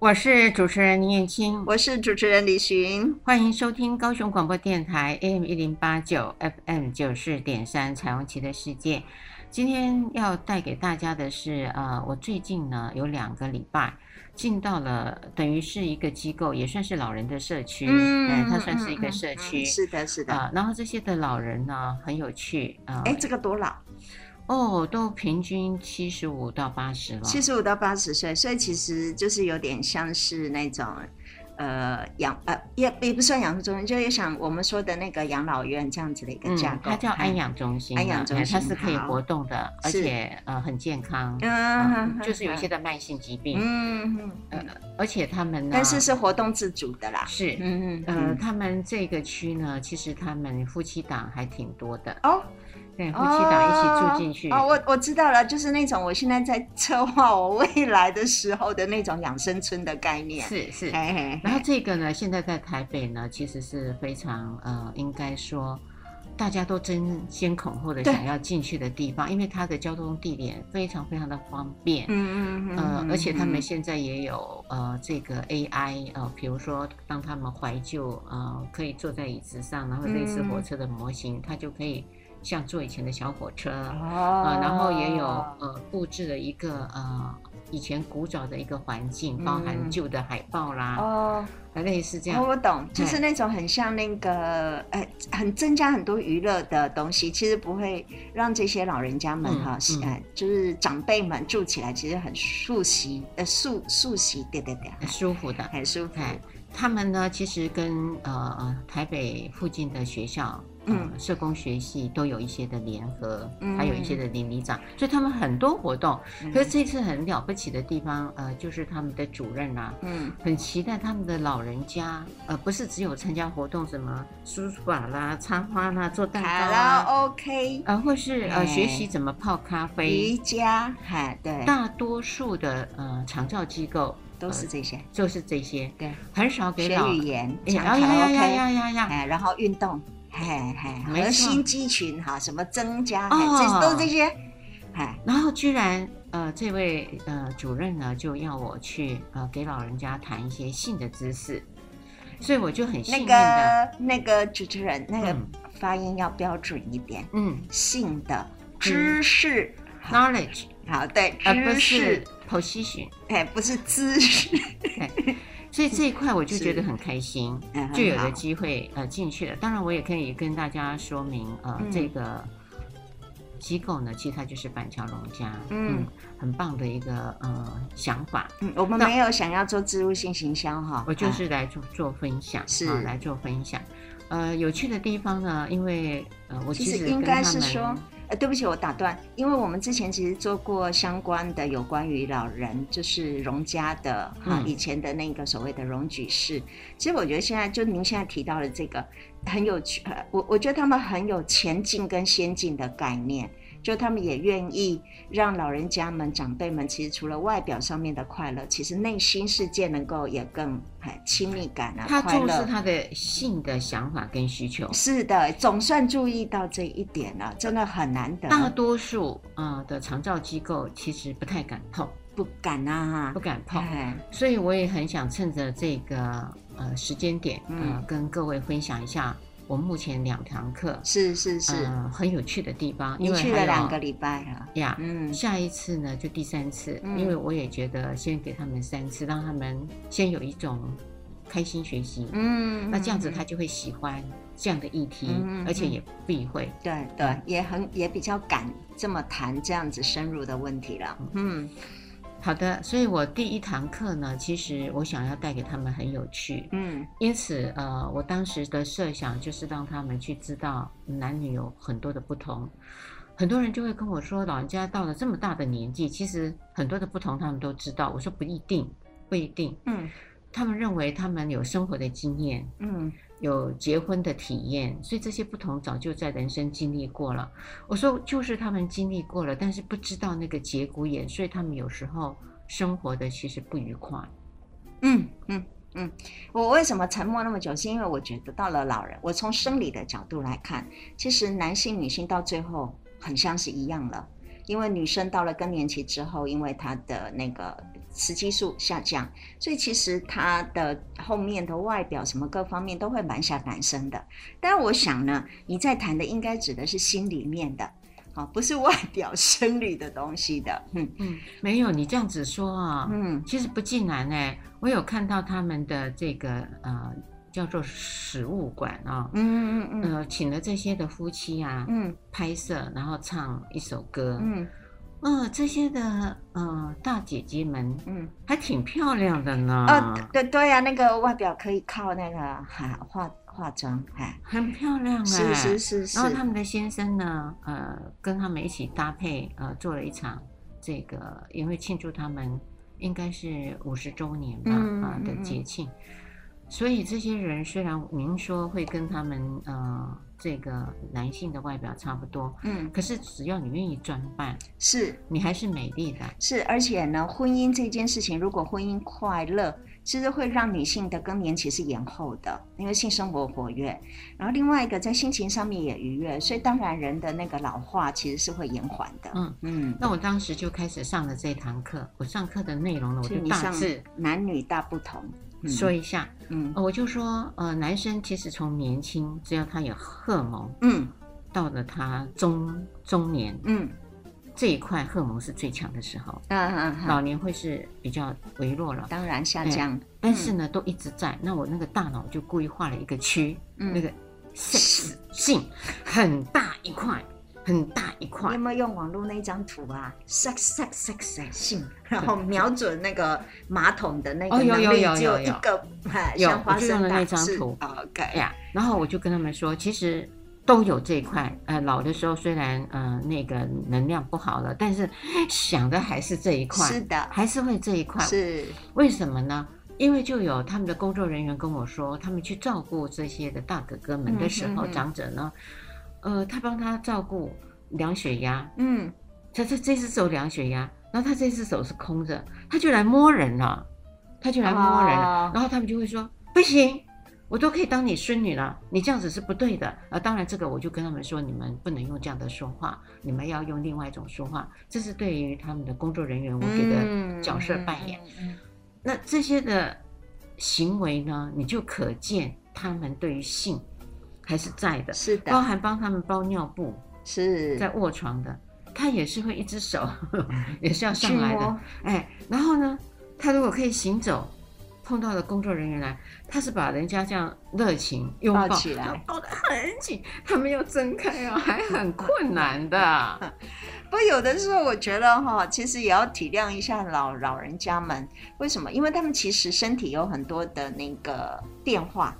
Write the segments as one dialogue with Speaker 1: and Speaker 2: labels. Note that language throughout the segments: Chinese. Speaker 1: 我是主持人林燕青，
Speaker 2: 我是主持人李寻。
Speaker 1: 欢迎收听高雄广播电台 AM 一零八九 FM 九四点三《彩虹旗的世界》。今天要带给大家的是，呃，我最近呢有两个礼拜进到了，等于是一个机构，也算是老人的社区，哎它算是一个社区
Speaker 2: 嗯嗯嗯嗯是的，是的。
Speaker 1: 啊、然后这些的老人呢很有趣啊，
Speaker 2: 哎，这个多老？
Speaker 1: 哦，都平均七十五到八十了，
Speaker 2: 七十五到八十岁，所以其实就是有点像是那种，呃，养呃也也不算养护中心，就也想我们说的那个养老院这样子的一个架
Speaker 1: 嗯，
Speaker 2: 构。
Speaker 1: 它叫安养中心啊，
Speaker 2: 安养中
Speaker 1: 哎它
Speaker 2: 心
Speaker 1: 是可以
Speaker 2: 好
Speaker 1: 活动的，而
Speaker 2: 是
Speaker 1: 且呃很健康，
Speaker 2: 嗯，
Speaker 1: 嗯
Speaker 2: 嗯，
Speaker 1: 就是有一些啊的慢性疾病，
Speaker 2: 嗯，嗯嗯
Speaker 1: 而且他们呢，
Speaker 2: 但是是活动自主的啦。
Speaker 1: 是
Speaker 2: 嗯嗯
Speaker 1: 呃，
Speaker 2: 嗯。
Speaker 1: 他们这个区呢，其实他们夫妻档还挺多的，
Speaker 2: 哦，
Speaker 1: 对，夫妻档一起住进去，
Speaker 2: 哦，我我知道了，就是那种我现在在策划我未来的时候的那种养生村的概念。
Speaker 1: 是是。
Speaker 2: 嘿嘿
Speaker 1: 然后
Speaker 2: 嘿，
Speaker 1: 这个呢，现在在台北呢，其实是非常呃，应该说大家都争先恐后的
Speaker 2: 对
Speaker 1: 想要进去的地方，因为它的交通地点非常非常的方便。
Speaker 2: 嗯嗯嗯
Speaker 1: 呃，而且他们
Speaker 2: 嗯
Speaker 1: 现在也有呃这个 AI 呃，比如说当他们怀旧呃，可以坐在椅子上，然后类似火
Speaker 2: 嗯
Speaker 1: 车的模型，它就可以像坐以前的小火车，
Speaker 2: 哦、
Speaker 1: 呃，然后也有呃布置了一个呃以前古早的一个环境，包含
Speaker 2: 嗯
Speaker 1: 旧的海报啦，
Speaker 2: 哦，
Speaker 1: 呃类似这
Speaker 2: 哦
Speaker 1: 样。哎
Speaker 2: 我懂，就是那种很像那个，呃，很增加很多娱乐的东西，其实不会让这些老人家们
Speaker 1: 嗯
Speaker 2: 哈，是
Speaker 1: 嗯
Speaker 2: 呃，就是长辈们住起来其实很熟悉，呃，熟熟悉，对对对，
Speaker 1: 很舒服的，
Speaker 2: 很舒服，
Speaker 1: 哎，他们呢，其实跟呃呃台北附近的学校，嗯、社工学系都有一些的联合，
Speaker 2: 嗯
Speaker 1: 还有一些的邻里长，所以他们很多活动。可是这次很了不起的地方，呃，就是他们的主任啊，
Speaker 2: 嗯
Speaker 1: 很期待他们的老人家，呃，不是只有参加活动，什么书法啦、插花啦、做蛋糕
Speaker 2: 卡拉
Speaker 1: 啊，
Speaker 2: OK，
Speaker 1: 呃，或是呃
Speaker 2: 哎
Speaker 1: 学习怎么泡咖啡
Speaker 2: 瑜。伽，哎，对，
Speaker 1: 大多数的呃长照机构
Speaker 2: 都是这些，
Speaker 1: 就是这些，
Speaker 2: 对，
Speaker 1: 很少给
Speaker 2: 学
Speaker 1: 呃老
Speaker 2: 语言，
Speaker 1: 哎
Speaker 2: 唱
Speaker 1: 呀
Speaker 2: 卡
Speaker 1: 呀
Speaker 2: 拉
Speaker 1: 呀
Speaker 2: OK，
Speaker 1: 呀呀呀呀！
Speaker 2: 哎，然后运动，嘿嘿，
Speaker 1: 没错
Speaker 2: 核心肌群哈，什么增加，嘿
Speaker 1: 哦
Speaker 2: 这都这些，哎，
Speaker 1: 然后居然呃，这位呃主任呢就要我去呃给老人家谈一些性的知识，所以我就很幸
Speaker 2: 那
Speaker 1: 运的，
Speaker 2: 个那个主持人，那个
Speaker 1: 嗯
Speaker 2: 发音要标准一点，
Speaker 1: 嗯
Speaker 2: 性的知识，
Speaker 1: ，knowledge
Speaker 2: 好，对，
Speaker 1: 而嗯呃不
Speaker 2: 知
Speaker 1: 是
Speaker 2: 识，
Speaker 1: position，
Speaker 2: 哎，不是姿势，
Speaker 1: 所以这一块我就是觉得很开心，
Speaker 2: 嗯
Speaker 1: 就有了
Speaker 2: 很好
Speaker 1: 机会呃进去了。当然，我也可以跟大家说明呃、
Speaker 2: 嗯
Speaker 1: 这个。机构呢，其实它就是板桥龙家，
Speaker 2: 嗯
Speaker 1: 很棒的一个呃想法。
Speaker 2: 嗯我们
Speaker 1: 那
Speaker 2: 没有想要做植入性行销哈，嗯
Speaker 1: 我就是来做做分享，
Speaker 2: 是
Speaker 1: 啊来做分享。呃，有趣的地方呢，因为呃，我
Speaker 2: 其
Speaker 1: 其
Speaker 2: 实
Speaker 1: 实
Speaker 2: 应
Speaker 1: 跟
Speaker 2: 该
Speaker 1: 他
Speaker 2: 是
Speaker 1: 们
Speaker 2: 说，呃，对不起，我打断，因为我们之前其实做过相关的有关于老人，就是荣家的哈、
Speaker 1: 嗯
Speaker 2: 以前的那个所谓的荣举式。其实我觉得现在就您现在提到的这个很有趣，呃我我觉得他们很有前进跟先进的概念。就他们也愿意让老人家们、长辈们，其实除了外表上面的快乐，其实内心世界能够也更哎亲密感啊，
Speaker 1: 他
Speaker 2: 快
Speaker 1: 重视
Speaker 2: 乐。
Speaker 1: 他的性的想法跟需求。
Speaker 2: 是的，总算注意到这一点了，真的很难得。
Speaker 1: 大多数呃的长照机构其实不太敢碰，
Speaker 2: 不敢啊
Speaker 1: 不，敢碰，
Speaker 2: 哎，
Speaker 1: 所以我也很想趁着这个呃时间点，呃
Speaker 2: 嗯，
Speaker 1: 跟各位分享一下我目前两堂课
Speaker 2: 是是是，
Speaker 1: 呃很有趣的地方，
Speaker 2: 你
Speaker 1: 因为
Speaker 2: 去
Speaker 1: 还有
Speaker 2: 了两个礼拜了，
Speaker 1: 呀，
Speaker 2: 嗯
Speaker 1: 下一次呢，就第三次，
Speaker 2: 嗯
Speaker 1: 因为我也觉得先给他们三次，让他们先有一种开心学习，
Speaker 2: 嗯，
Speaker 1: 那这样子
Speaker 2: 嗯
Speaker 1: 他就会喜欢这样的议题，
Speaker 2: 嗯嗯
Speaker 1: 而且也避讳。
Speaker 2: 对对，也很也比较敢这么谈这样子深入的问题了，嗯
Speaker 1: 好的，所以我第一堂课呢，其实我想要带给他们很有趣，
Speaker 2: 嗯
Speaker 1: 因此呃，我当时的设想就是让他们去知道男女有很多的不同。很多人就会跟我说，老人家到了这么大的年纪，其实很多的不同他们都知道。我说不一定，不一定。
Speaker 2: 嗯
Speaker 1: 他们认为他们有生活的经验，
Speaker 2: 嗯，
Speaker 1: 有结婚的体验，所以这些不同早就在人生经历过了。我说就是他们经历过了，但是不知道那个节骨眼，所以他们有时候生活的其实不愉快。
Speaker 2: 嗯嗯嗯，我为什么沉默那么久？是因为我觉得到了老人，我从生理的角度来看，其实男性、女性到最后很像是一样了，因为女生到了更年期之后，因为她的那个雌激素下降，所以其实他的后面的外表什么各方面都会蛮像男生的。但我想呢，你在谈的应该指的是心里面的，好、不是外表生理的东西的。嗯
Speaker 1: 嗯，没有，你这样子说啊，
Speaker 2: 嗯
Speaker 1: 其实不尽然哎、我有看到他们的这个呃叫做食物馆啊、
Speaker 2: 嗯嗯嗯
Speaker 1: 呃，请了这些的夫妻啊
Speaker 2: 嗯
Speaker 1: 拍摄，然后唱一首歌，
Speaker 2: 嗯
Speaker 1: 嗯、呃，这些的呃大姐姐们
Speaker 2: 嗯，
Speaker 1: 还挺漂亮的呢，
Speaker 2: 哦，对对呀、啊，那个外表可以靠那个哈、化化妆，哎，
Speaker 1: 很漂亮哎、
Speaker 2: 是是是是
Speaker 1: 然，后他们的先生呢，呃，跟他们一起搭配，呃，做了一场这个，因为庆祝他们应该是五十周年吧，
Speaker 2: 嗯
Speaker 1: 啊、
Speaker 2: 嗯
Speaker 1: 的
Speaker 2: 嗯
Speaker 1: 节庆。所以这些人虽然明说会跟他们呃这个男性的外表差不多，
Speaker 2: 嗯
Speaker 1: 可是只要你愿意装扮，
Speaker 2: 是。
Speaker 1: 你还是美丽的。
Speaker 2: 是，而且呢，婚姻这件事情，如果婚姻快乐，其实会让女性的更年期是延后的，因为性生活活跃，然后另外一个在心情上面也愉悦，所以当然人的那个老化其实是会延缓的。
Speaker 1: 嗯
Speaker 2: 嗯，
Speaker 1: 那我当时就开始上了这堂课，我上课的内容呢，我
Speaker 2: 所
Speaker 1: 就
Speaker 2: 以你
Speaker 1: 大
Speaker 2: 上
Speaker 1: 致
Speaker 2: 男女大不同，嗯
Speaker 1: 说一下。
Speaker 2: 嗯
Speaker 1: 呃我就说，呃，男生其实从年轻，只要他有荷尔蒙，
Speaker 2: 嗯
Speaker 1: 到了他中中年
Speaker 2: 嗯
Speaker 1: 这一块，荷尔蒙是最强的时候，
Speaker 2: 嗯嗯，
Speaker 1: 老哎
Speaker 2: 好，
Speaker 1: 年会是比较微弱了。
Speaker 2: 当然下降，
Speaker 1: 但是呢，都一直在。那我那个大脑就故意画了一个区，
Speaker 2: 嗯
Speaker 1: 那个 sex 性很大一块，很大一
Speaker 2: 你
Speaker 1: 块
Speaker 2: 有。没有用网络那一张图啊？sex sex sex sex 性，然 后瞄准那个马桶的那个
Speaker 1: 哦有
Speaker 2: 能
Speaker 1: 有
Speaker 2: 力
Speaker 1: 有
Speaker 2: 只
Speaker 1: 有
Speaker 2: 一
Speaker 1: 有
Speaker 2: 个，哎
Speaker 1: 有
Speaker 2: 像
Speaker 1: 我
Speaker 2: 花
Speaker 1: 就用
Speaker 2: 生
Speaker 1: 了那
Speaker 2: 大
Speaker 1: 张
Speaker 2: 是哦
Speaker 1: 图
Speaker 2: OK，
Speaker 1: 哎呀，然后我就跟他们说，其实都有这一块。呃，老的时候虽然呃那个能量不好了，但是想的还是这一块，
Speaker 2: 是的，
Speaker 1: 还是会这一块。
Speaker 2: 是，
Speaker 1: 为什么呢？因为就有他们的工作人员跟我说，他们去照顾这些的大哥哥们的时候，
Speaker 2: 嗯嗯嗯
Speaker 1: 长者呢，呃，他帮他照顾量血压，
Speaker 2: 嗯，
Speaker 1: 他这这只手量血压，然后他这只手是空着，他就来摸人了，他就来摸人了，
Speaker 2: 哦
Speaker 1: 然后他们就会说不行。我都可以当你孙女了，你这样子是不对的啊！当然，这个我就跟他们说，你们不能用这样的说话，你们要用另外一种说话。这是对于他们的工作人员，我给的
Speaker 2: 嗯
Speaker 1: 角色扮演，
Speaker 2: 嗯嗯
Speaker 1: 那这些的行为呢，你就可见他们对于性还是在的
Speaker 2: 嗯，是
Speaker 1: 包
Speaker 2: 的，
Speaker 1: 含帮他们包尿布、
Speaker 2: 是嗯
Speaker 1: 在卧床的，他也是会一只手 也是要上来
Speaker 2: 去
Speaker 1: 的
Speaker 2: 摸，
Speaker 1: 哎，然后呢，他如果可以行走。碰到了工作人员来，他是把人家这样热情拥抱
Speaker 2: 抱起来，
Speaker 1: 抱得很紧，他们要睁开哦，还很困难
Speaker 2: 嗯
Speaker 1: 的。
Speaker 2: 不过有的时候我觉得哈，其实也要体谅一下老老人家们，为什么？因为他们其实身体有很多的那个变化。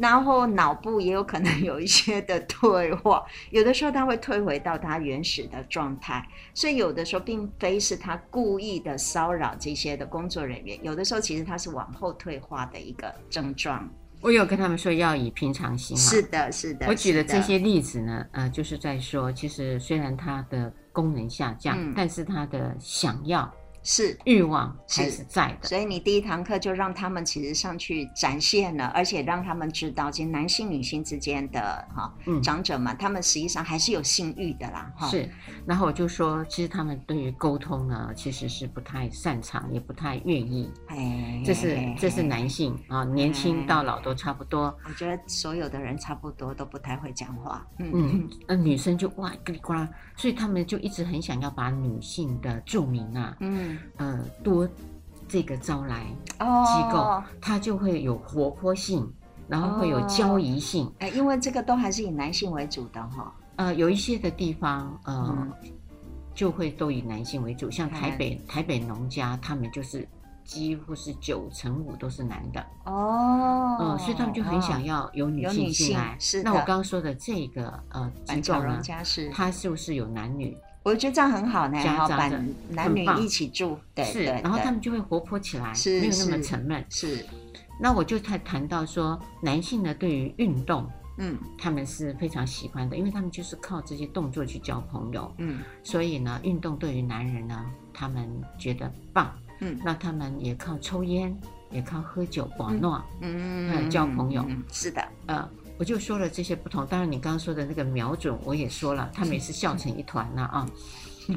Speaker 2: 然后脑部也有可能有一些的退化，有的时候他会退回到他原始的状态，所以有的时候并非是他故意的骚扰这些的工作人员，有的时候其实他是往后退化的一个症状。
Speaker 1: 我有跟他们说要以平常心啊嘛，
Speaker 2: 是的，是的，
Speaker 1: 我举的
Speaker 2: 是
Speaker 1: 这些例子呢，呃，就是在说，其实虽然它的功能下降，
Speaker 2: 嗯
Speaker 1: 但是它的想要
Speaker 2: 是
Speaker 1: 欲望
Speaker 2: 是
Speaker 1: 还是在的。
Speaker 2: 所以你第一堂课就让他们其实上去展现了，而且让他们知道，其实男性女性之间的哈、
Speaker 1: 嗯
Speaker 2: 长者们，他们实际上还是有性欲的啦哈。
Speaker 1: 是，然后我就说，其实他们对于沟通呢，其实是不太擅长，也不太愿意。
Speaker 2: 哎，
Speaker 1: 这是这是男性啊，年轻
Speaker 2: 嗯
Speaker 1: 到老都差不多。
Speaker 2: 我觉得所有的人差不多都不太会讲话。嗯
Speaker 1: 嗯，那女生就哇叽里呱啦，所以他们就一直很想要把女性的著名啊，
Speaker 2: 嗯
Speaker 1: 呃，多这个招来，
Speaker 2: 嗯哦哦
Speaker 1: 机构，它就会有活泼性，然后会有交易性。
Speaker 2: 哎，因为这个都还是以男性为主的哈、
Speaker 1: 呃，有一些的地方，呃，
Speaker 2: 嗯
Speaker 1: 就会都以男性为主，像台北、台北农家，他们就是几乎是九成五都是男的，
Speaker 2: 哦，
Speaker 1: 嗯、所以他们就很想要有女
Speaker 2: 有
Speaker 1: 性
Speaker 2: 女
Speaker 1: 进
Speaker 2: 性
Speaker 1: 来。
Speaker 2: 是
Speaker 1: 那我
Speaker 2: 的
Speaker 1: 刚刚说的这个呃机
Speaker 2: 板桥
Speaker 1: 构
Speaker 2: 荣
Speaker 1: 呢，
Speaker 2: 家是，
Speaker 1: 它是不是有男女？
Speaker 2: 我觉得这样很好呢，
Speaker 1: 家
Speaker 2: 哈，
Speaker 1: 长
Speaker 2: 板
Speaker 1: 的
Speaker 2: 男
Speaker 1: 很
Speaker 2: 女
Speaker 1: 棒
Speaker 2: 一起住，对
Speaker 1: 是，
Speaker 2: 对，
Speaker 1: 然后
Speaker 2: 对
Speaker 1: 他们就会活泼起来，
Speaker 2: 是
Speaker 1: 没有那么
Speaker 2: 是
Speaker 1: 沉闷。
Speaker 2: 是
Speaker 1: 那我就才谈到说，男性呢对于运动，
Speaker 2: 嗯
Speaker 1: 他们是非常喜欢的，因为他们就是靠这些动作去交朋友。
Speaker 2: 嗯
Speaker 1: 所以呢，运动对于男人呢，他们觉得棒，
Speaker 2: 嗯
Speaker 1: 那他们也靠抽烟，也靠喝酒、玩闹。
Speaker 2: 嗯，
Speaker 1: 哎交朋友
Speaker 2: 嗯是的，
Speaker 1: 呃，我就 说了这些不同。当然，你刚刚说的那个瞄准，我也说了，他们也是笑成一团了啊。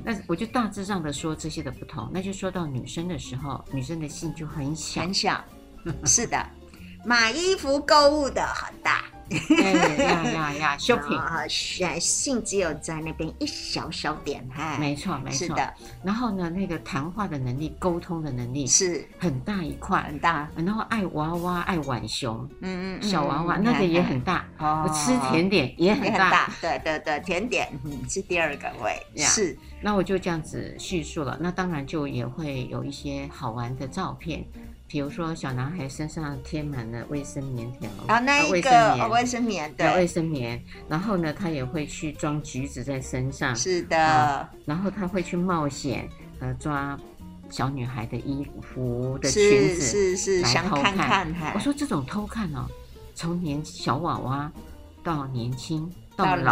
Speaker 1: 那我就大致上的说这些的不同。那就说到女生的时候，女生的性就很小，
Speaker 2: 很小，是的，买衣服购物的很大，
Speaker 1: 哎呀呀 呀，shopping，
Speaker 2: 啊，是性只有在那边一小小点，哎，
Speaker 1: 没错没
Speaker 2: 是
Speaker 1: 错。
Speaker 2: 的，
Speaker 1: 然后呢，那个谈话的能力、沟通的能力
Speaker 2: 是
Speaker 1: 很大一块，
Speaker 2: 很大，
Speaker 1: 然后爱娃娃、爱浣熊、
Speaker 2: 嗯嗯，
Speaker 1: 小娃娃
Speaker 2: 嗯
Speaker 1: 那个也，很大，
Speaker 2: 哦
Speaker 1: 吃甜点也很
Speaker 2: 也很
Speaker 1: 大。
Speaker 2: 大，对对对，甜点，嗯，是第二个位，
Speaker 1: 呀
Speaker 2: 是
Speaker 1: 那我就这样子叙述了，那当然就也会有一些好玩的照片。比如说，小男孩身上贴满了卫生棉条，
Speaker 2: 然后那
Speaker 1: 呃
Speaker 2: 一
Speaker 1: 卫
Speaker 2: 个
Speaker 1: 生棉
Speaker 2: 哦卫生棉，
Speaker 1: 有卫
Speaker 2: 对，
Speaker 1: 生棉，然后呢，他也会去装橘子在身上，
Speaker 2: 是的
Speaker 1: 啊，然后他会去冒险，呃，抓小女孩的衣服的裙
Speaker 2: 是
Speaker 1: 子。
Speaker 2: 是是，
Speaker 1: 来
Speaker 2: 想
Speaker 1: 偷
Speaker 2: 看
Speaker 1: 看
Speaker 2: 看，哎嗨
Speaker 1: 我说这种偷看哦，从年小娃娃到年轻
Speaker 2: 到
Speaker 1: 到老，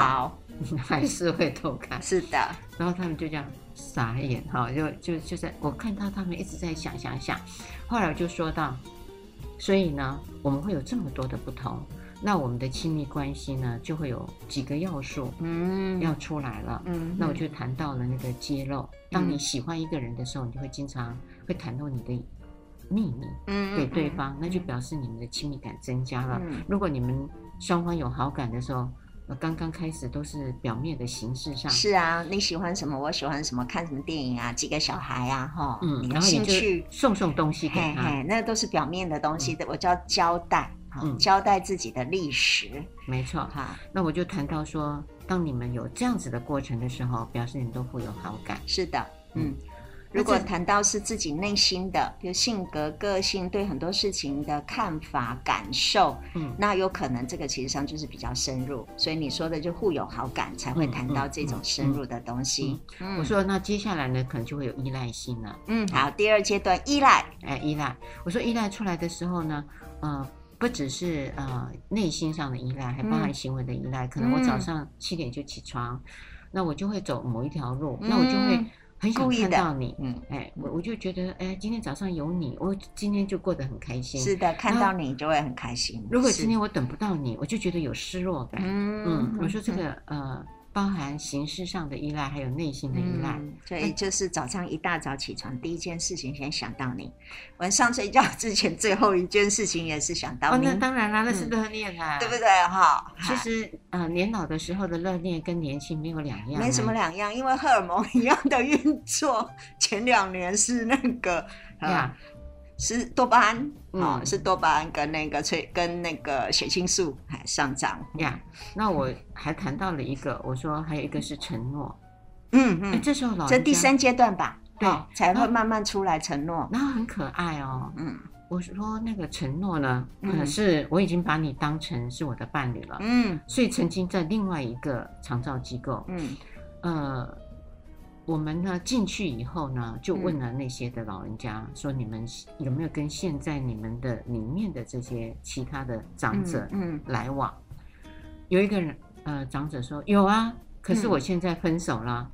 Speaker 2: 老，
Speaker 1: 还是会偷看。
Speaker 2: 是的，
Speaker 1: 然后他们就这样傻眼哈、就就就在我看到他们一直在想想想，后来我就说到，所以呢，我们会有这么多的不同，那我们的亲密关系呢，就会有几个要素
Speaker 2: 嗯
Speaker 1: 要出来了。
Speaker 2: 嗯
Speaker 1: 那我就谈到了那个揭露，当你喜欢一个人的时候，你就会经常会袒露你的秘密
Speaker 2: 嗯
Speaker 1: 给对，方，那就表示你们的亲密感增加了。
Speaker 2: 嗯
Speaker 1: 如果你们双方有好感的时候，呃刚刚开始都是表面的形式上，
Speaker 2: 是啊，你喜欢什么，我喜欢什么，看什么电影啊，几个小孩啊，哈，
Speaker 1: 嗯
Speaker 2: 你，的
Speaker 1: 然后
Speaker 2: 兴
Speaker 1: 你就啊
Speaker 2: 趣，
Speaker 1: 送送东西给
Speaker 2: 嘿
Speaker 1: 他，
Speaker 2: 嘿，那都是表面的东西的，我叫交代，哈
Speaker 1: 嗯，
Speaker 2: 交代自己的历史，
Speaker 1: 没错。
Speaker 2: 哈，
Speaker 1: 那我就谈到说，当你们有这样子的过程的时候，表示你们都会有好感。
Speaker 2: 是的，
Speaker 1: 嗯
Speaker 2: 嗯。如果
Speaker 1: 那这
Speaker 2: 谈到是自己内心的，比如性格、个性，对很多事情的看法、感受，
Speaker 1: 嗯，
Speaker 2: 那有可能这个其实上就是比较深入。所以你说的就互有好感，才会
Speaker 1: 嗯
Speaker 2: 谈
Speaker 1: 嗯
Speaker 2: 到这种
Speaker 1: 嗯
Speaker 2: 深入的东西。嗯
Speaker 1: 我说那接下来呢，可能就会有依赖性了。
Speaker 2: 嗯，好，第二阶段依赖，
Speaker 1: 哎，依赖。我说依赖出来的时候呢，呃，不只是呃内心上的依赖，还包含
Speaker 2: 嗯
Speaker 1: 行为的依赖。可能我早
Speaker 2: 嗯
Speaker 1: 上七点就起床，那我就会走某一条路，那我就会
Speaker 2: 嗯
Speaker 1: 很想
Speaker 2: 故意
Speaker 1: 看
Speaker 2: 的
Speaker 1: 到你。
Speaker 2: 嗯，
Speaker 1: 哎，我我就觉得，哎，今天早上有你，我今天就过得很开心。
Speaker 2: 是的，看到你就会很开心。
Speaker 1: 嗯如果
Speaker 2: 是
Speaker 1: 今天我等不到你，我就觉得有失落感。
Speaker 2: 嗯
Speaker 1: 嗯，我说这个呃，包含形式上的依赖，还有内心的依赖。
Speaker 2: 嗯，所以就是早上一大早起床，第一件事情先想到你；晚上睡觉之前，最后一件事情也是想到
Speaker 1: 哦，
Speaker 2: 你，
Speaker 1: 那当然啦，那是热恋啦，
Speaker 2: 嗯对不？对？哈，
Speaker 1: 其实呃，年老的时候的热恋跟年轻没有两样啊，
Speaker 2: 没什么两样，因为荷尔蒙一样的运作。前两年是那个啊，
Speaker 1: 呀。
Speaker 2: 是多巴胺哦，
Speaker 1: 嗯
Speaker 2: 是多巴胺跟那个催跟那个血清素哎上涨。
Speaker 1: 呀那我还谈到了一个，我说还有一个是承诺，
Speaker 2: 嗯
Speaker 1: 哎，
Speaker 2: 嗯，
Speaker 1: 这时候老人
Speaker 2: 这
Speaker 1: 家
Speaker 2: 第，三阶段吧，
Speaker 1: 对
Speaker 2: 哦才会
Speaker 1: 然后
Speaker 2: 慢慢出来承诺。
Speaker 1: 然后很可爱哦。
Speaker 2: 嗯
Speaker 1: 我说那个承诺呢，
Speaker 2: 嗯
Speaker 1: 呃，是我已经把你当成是我的伴侣了，
Speaker 2: 嗯
Speaker 1: 所以曾经在另外一个长照机构，
Speaker 2: 嗯
Speaker 1: 呃，我们呢进去以后呢，就问
Speaker 2: 嗯
Speaker 1: 了那些的老人家、说，你们有没有跟现在你们的里面的这些其他的长者
Speaker 2: 嗯
Speaker 1: 来往？有一个人，呃，长者说有啊，可是
Speaker 2: 嗯
Speaker 1: 我现在分手了。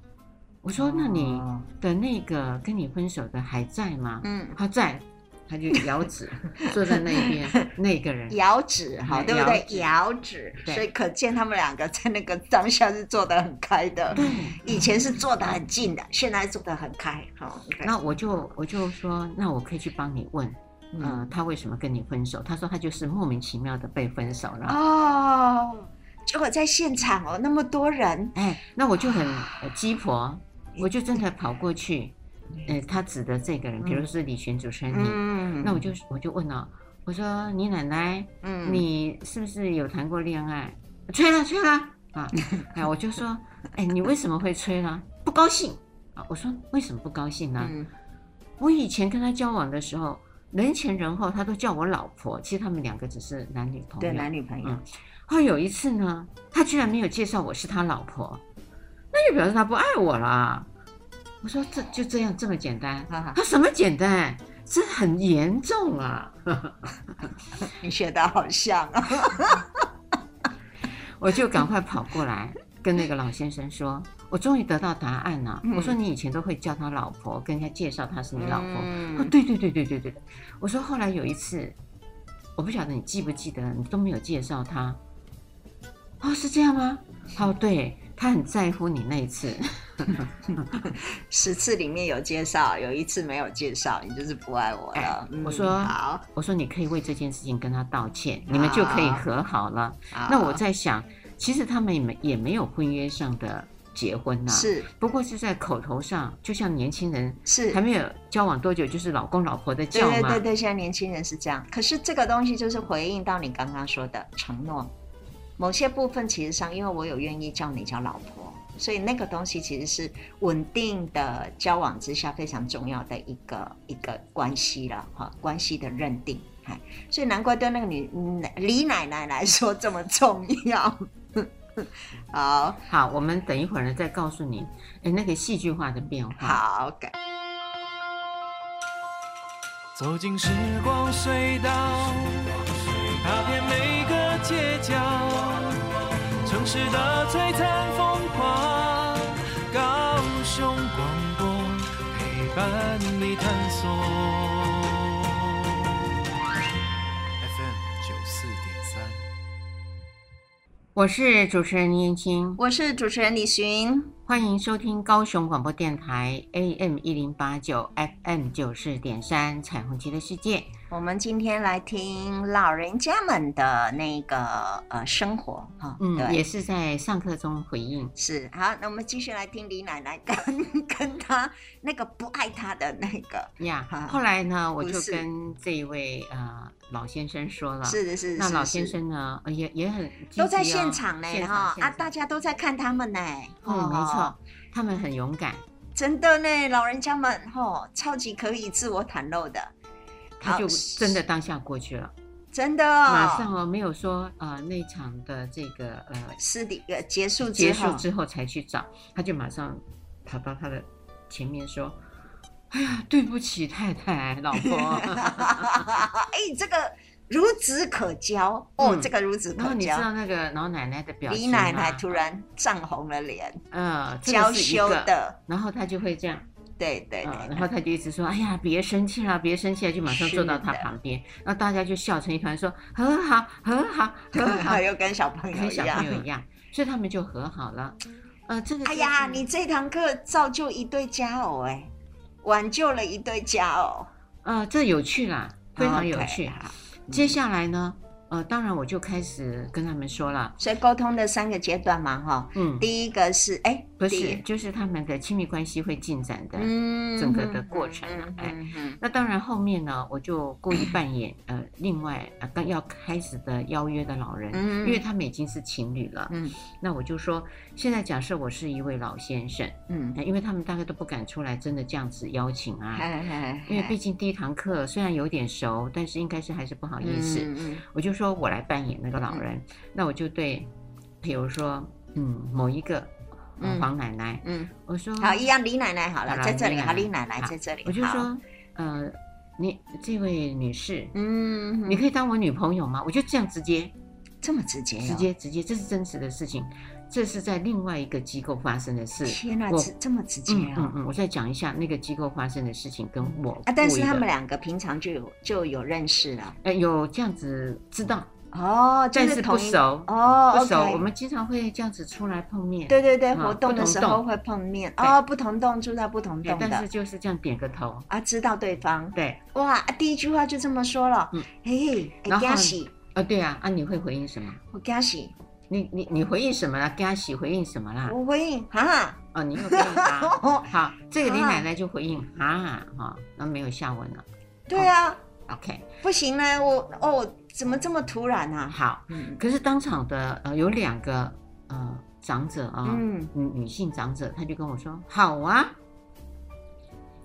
Speaker 1: 我说，那你
Speaker 2: 哦
Speaker 1: 的那个跟你分手的还在吗？
Speaker 2: 嗯，
Speaker 1: 他在，他就摇 指坐在那边那个人。
Speaker 2: 摇指哈，
Speaker 1: 嗯
Speaker 2: 对不对？
Speaker 1: 摇
Speaker 2: 摇指，
Speaker 1: 对
Speaker 2: 所以可见他们两个在那个当下是坐得很开的，
Speaker 1: 对，
Speaker 2: 以前是坐得很近的，现在坐得很开。好，
Speaker 1: 那我就我就说，那我可以去帮你问，
Speaker 2: 嗯
Speaker 1: 呃，他为什么跟你分手？他说他就是莫名其妙的被分手了。
Speaker 2: 哦，结果在现场哦，那么多人，
Speaker 1: 哎，那我就很
Speaker 2: 啊
Speaker 1: 呃鸡婆，我就真的跑过去，呃，他指的这个人，比如是李群主持人你，
Speaker 2: 嗯
Speaker 1: 那我就我就问了，我说你奶奶，
Speaker 2: 嗯
Speaker 1: 你是不是有谈过恋爱？吹了吹了啊，哎，我就说，哎，你为什么会吹呢？不高兴啊，我说为什么不高兴呢？
Speaker 2: 嗯
Speaker 1: 我以前跟他交往的时候，人前人后他都叫我老婆，其实他们两个只是男女朋
Speaker 2: 对
Speaker 1: 友。
Speaker 2: 男女朋友
Speaker 1: 嗯，后来有一次呢，他居然没有介绍我是他老婆，那就表示他不爱我啦。我说这就这样这么简单？
Speaker 2: 哈哈，
Speaker 1: 他什么简单？这很严重啊！
Speaker 2: 你学的好像啊，
Speaker 1: 我就赶快跑过来跟那个老先生说，我终于得到答案了。
Speaker 2: 嗯
Speaker 1: 我说你以前都会叫他老婆，跟人家介绍他是你老婆。啊，
Speaker 2: 嗯
Speaker 1: 对对对对对对，我说后来有一次，我不晓得你记不记得，你都没有介绍他。哦，是这样吗？哦，对，他很在乎你那一次，
Speaker 2: 十次里面有介绍，有一次没有介绍，你就是不爱我了。嗯
Speaker 1: 哎我说
Speaker 2: 好，
Speaker 1: 我说你可以为这件事情跟他道歉，
Speaker 2: 啊
Speaker 1: 你们就可以和好了。那我
Speaker 2: 好
Speaker 1: 在想，其实他们也没也没有婚约上的结婚呐、
Speaker 2: 是
Speaker 1: 不过是在口头上，就像年轻人
Speaker 2: 是
Speaker 1: 还没有交往多久，就是老公老婆的
Speaker 2: 对
Speaker 1: 叫
Speaker 2: 对
Speaker 1: 嘛。
Speaker 2: 对对，现在年轻人是这样。可是这个东西就是回应到你刚刚说的承诺，某些部分其实上，因为我有愿意叫你叫老婆，所以那个东西其实是稳定的交往之下非常重要的一个一个关系了哈，关系的认定。哎所以难怪对那个女嗯李奶奶来说这么重要。 好
Speaker 1: 好，我们等一会儿呢再告诉你，哎，那个戏剧化的变化。
Speaker 2: 好，感
Speaker 3: 走进时光隧道，踏遍每个街角，城市的璀璨风光，高雄广播陪伴你探索。FM 九四点三。
Speaker 1: 我是主持人燕青，
Speaker 2: 我是主持人李寻，
Speaker 1: 欢迎收听高雄广播电台 AM 一零八九 FM 九四点三《彩虹旗的世界》。
Speaker 2: 我们今天来听老人家们的那个呃生活哈、
Speaker 1: 嗯，也
Speaker 2: 对，
Speaker 1: 是在上课中回应。
Speaker 2: 是好，那我们继续来听李奶奶跟跟她那个不爱她的那个，
Speaker 1: 呀、
Speaker 2: 啊
Speaker 1: 后来呢，我
Speaker 2: 不
Speaker 1: 就是跟这一位呃老先生说了，
Speaker 2: 是的是
Speaker 1: 啊
Speaker 2: 的
Speaker 1: 那
Speaker 2: 是
Speaker 1: 老
Speaker 2: 的
Speaker 1: 先
Speaker 2: 是
Speaker 1: 生呢呃也也很积极
Speaker 2: 都在
Speaker 1: 哦
Speaker 2: 现场呢，
Speaker 1: 现
Speaker 2: 然后
Speaker 1: 场
Speaker 2: 啊，
Speaker 1: 现
Speaker 2: 大
Speaker 1: 场
Speaker 2: 家都在看他们呢，哦
Speaker 1: 嗯，没错，，他们很勇敢，
Speaker 2: 真的呢，老人家们吼、超级可以自我袒露的，
Speaker 1: 他
Speaker 2: 好
Speaker 1: 就真的当下过去了，
Speaker 2: 真的、哦，
Speaker 1: 马上哦，没有说呃那场的这个呃
Speaker 2: 私底呃结束
Speaker 1: 结
Speaker 2: 之
Speaker 1: 束
Speaker 2: 后，
Speaker 1: 之后才去找，他就马上跑到他的前面说：“哎呀，对不起，太太，老 婆。”
Speaker 2: 哎、这个孺子可教哦，
Speaker 1: 嗯
Speaker 2: 这个孺子
Speaker 1: 然后
Speaker 2: 可
Speaker 1: 你知
Speaker 2: 教。
Speaker 1: 道那个老奶奶的表情啊
Speaker 2: 李
Speaker 1: 吗
Speaker 2: 奶奶突然涨红了脸，
Speaker 1: 呃，这
Speaker 2: 娇
Speaker 1: 个是一
Speaker 2: 羞
Speaker 1: 个，
Speaker 2: 的，
Speaker 1: 然后他就会这样。
Speaker 2: 对对对，
Speaker 1: 呃，然后他就一直说：“哎呀，别生气啦，别生气啦！”就马上
Speaker 2: 是
Speaker 1: 坐到他
Speaker 2: 的，
Speaker 1: 旁边，然后大家就笑成一团，说：“和好，和好，和好
Speaker 2: 又跟小朋友
Speaker 1: 跟
Speaker 2: 一
Speaker 1: 小
Speaker 2: 样
Speaker 1: 朋。友一样。”所以他们就和好了。呃，这个
Speaker 2: 哎
Speaker 1: 就
Speaker 2: 呀，
Speaker 1: 是
Speaker 2: 你这堂课造就一对佳偶哎、挽救了一对佳偶，
Speaker 1: 呃，这有趣啦，非常有趣
Speaker 2: OK，。好
Speaker 1: 接下来呢，呃，当然我就开始跟他们说了，
Speaker 2: 所以沟通的三个阶段嘛，哈，
Speaker 1: 嗯，
Speaker 2: 第一个是哎，
Speaker 1: 不
Speaker 2: 第
Speaker 1: 是，
Speaker 2: 一
Speaker 1: 就是他们的亲密关系会进展的。
Speaker 2: 嗯
Speaker 1: 整个的过程啊哎
Speaker 2: 嗯
Speaker 1: 那当然，后面呢，我就故意扮演呃，另外呃刚要开始的邀约的老人，
Speaker 2: 嗯
Speaker 1: 因为他们已经是情侣了。
Speaker 2: 嗯
Speaker 1: 那我就说，现在假设我是一位老先生，
Speaker 2: 嗯，
Speaker 1: 呃因为他们大概都不敢出来，真的这样子邀请啊。
Speaker 2: 嗨嗨
Speaker 1: 因为毕竟第一堂课虽然有点熟，但是应该是还是不好意思。
Speaker 2: 嗯
Speaker 1: 我就说我来扮演那个老人，那我就对，比如说，嗯，某一个、呃
Speaker 2: 嗯
Speaker 1: 黄奶奶，
Speaker 2: 嗯，
Speaker 1: 我说
Speaker 2: 嗯好，一样，李奶奶好
Speaker 1: 好
Speaker 2: 了，
Speaker 1: 啦
Speaker 2: 在这里，
Speaker 1: 李奶
Speaker 2: 好，
Speaker 1: 奶
Speaker 2: 李奶奶
Speaker 1: 好
Speaker 2: 在这里，
Speaker 1: 我就
Speaker 2: 好，
Speaker 1: 说，呃，你这位女士，
Speaker 2: 嗯，
Speaker 1: 你可以当我女朋友吗？我就这样直接，
Speaker 2: 这么直接哦，
Speaker 1: 直接，直接，这是真实的事情，这是在另外一个机构发生的事。
Speaker 2: 天哪，
Speaker 1: 我
Speaker 2: 这这么直接
Speaker 1: 嗯
Speaker 2: 啊
Speaker 1: 嗯！嗯，我再讲一下那个机构发生的事情跟我
Speaker 2: 啊，但
Speaker 1: 故
Speaker 2: 是
Speaker 1: 意
Speaker 2: 他
Speaker 1: 的
Speaker 2: 们两个平常就有就有认识了
Speaker 1: 呃有这样子知道，
Speaker 2: 哦，就
Speaker 1: 但是不
Speaker 2: 同一
Speaker 1: 熟，
Speaker 2: 哦，
Speaker 1: 不熟
Speaker 2: OK
Speaker 1: 我们经常会这样子出来碰面，
Speaker 2: 对对对，
Speaker 1: 啊
Speaker 2: 活动的
Speaker 1: 不同
Speaker 2: 时候
Speaker 1: 栋
Speaker 2: 会碰面
Speaker 1: 对
Speaker 2: 哦，不同栋住在不同
Speaker 1: 对
Speaker 2: 栋
Speaker 1: 但是
Speaker 2: 的
Speaker 1: 就是这样点个头，
Speaker 2: 啊，知道对方
Speaker 1: 对，
Speaker 2: 哇，啊第一句话就这么说了
Speaker 1: 嗯，
Speaker 2: 嘿，
Speaker 1: 然后
Speaker 2: 惊喜，
Speaker 1: 啊对啊，啊你会回应什么？
Speaker 2: 我惊喜，
Speaker 1: 你你你回应什么啦？给他喜回应什么啦？
Speaker 2: 我回应哈，
Speaker 1: 哦，你又回应他。
Speaker 2: 哦，
Speaker 1: 好，这个李
Speaker 2: 啊
Speaker 1: 奶奶就回应啊哈，那、没有下文了。
Speaker 2: 对啊，
Speaker 1: OK，
Speaker 2: 不行呢，我哦，怎么这么突然啊？
Speaker 1: 好，
Speaker 2: 嗯
Speaker 1: 可是当场的呃有两个呃长者啊、
Speaker 2: 嗯
Speaker 1: 女女性长者，她就跟我说好啊，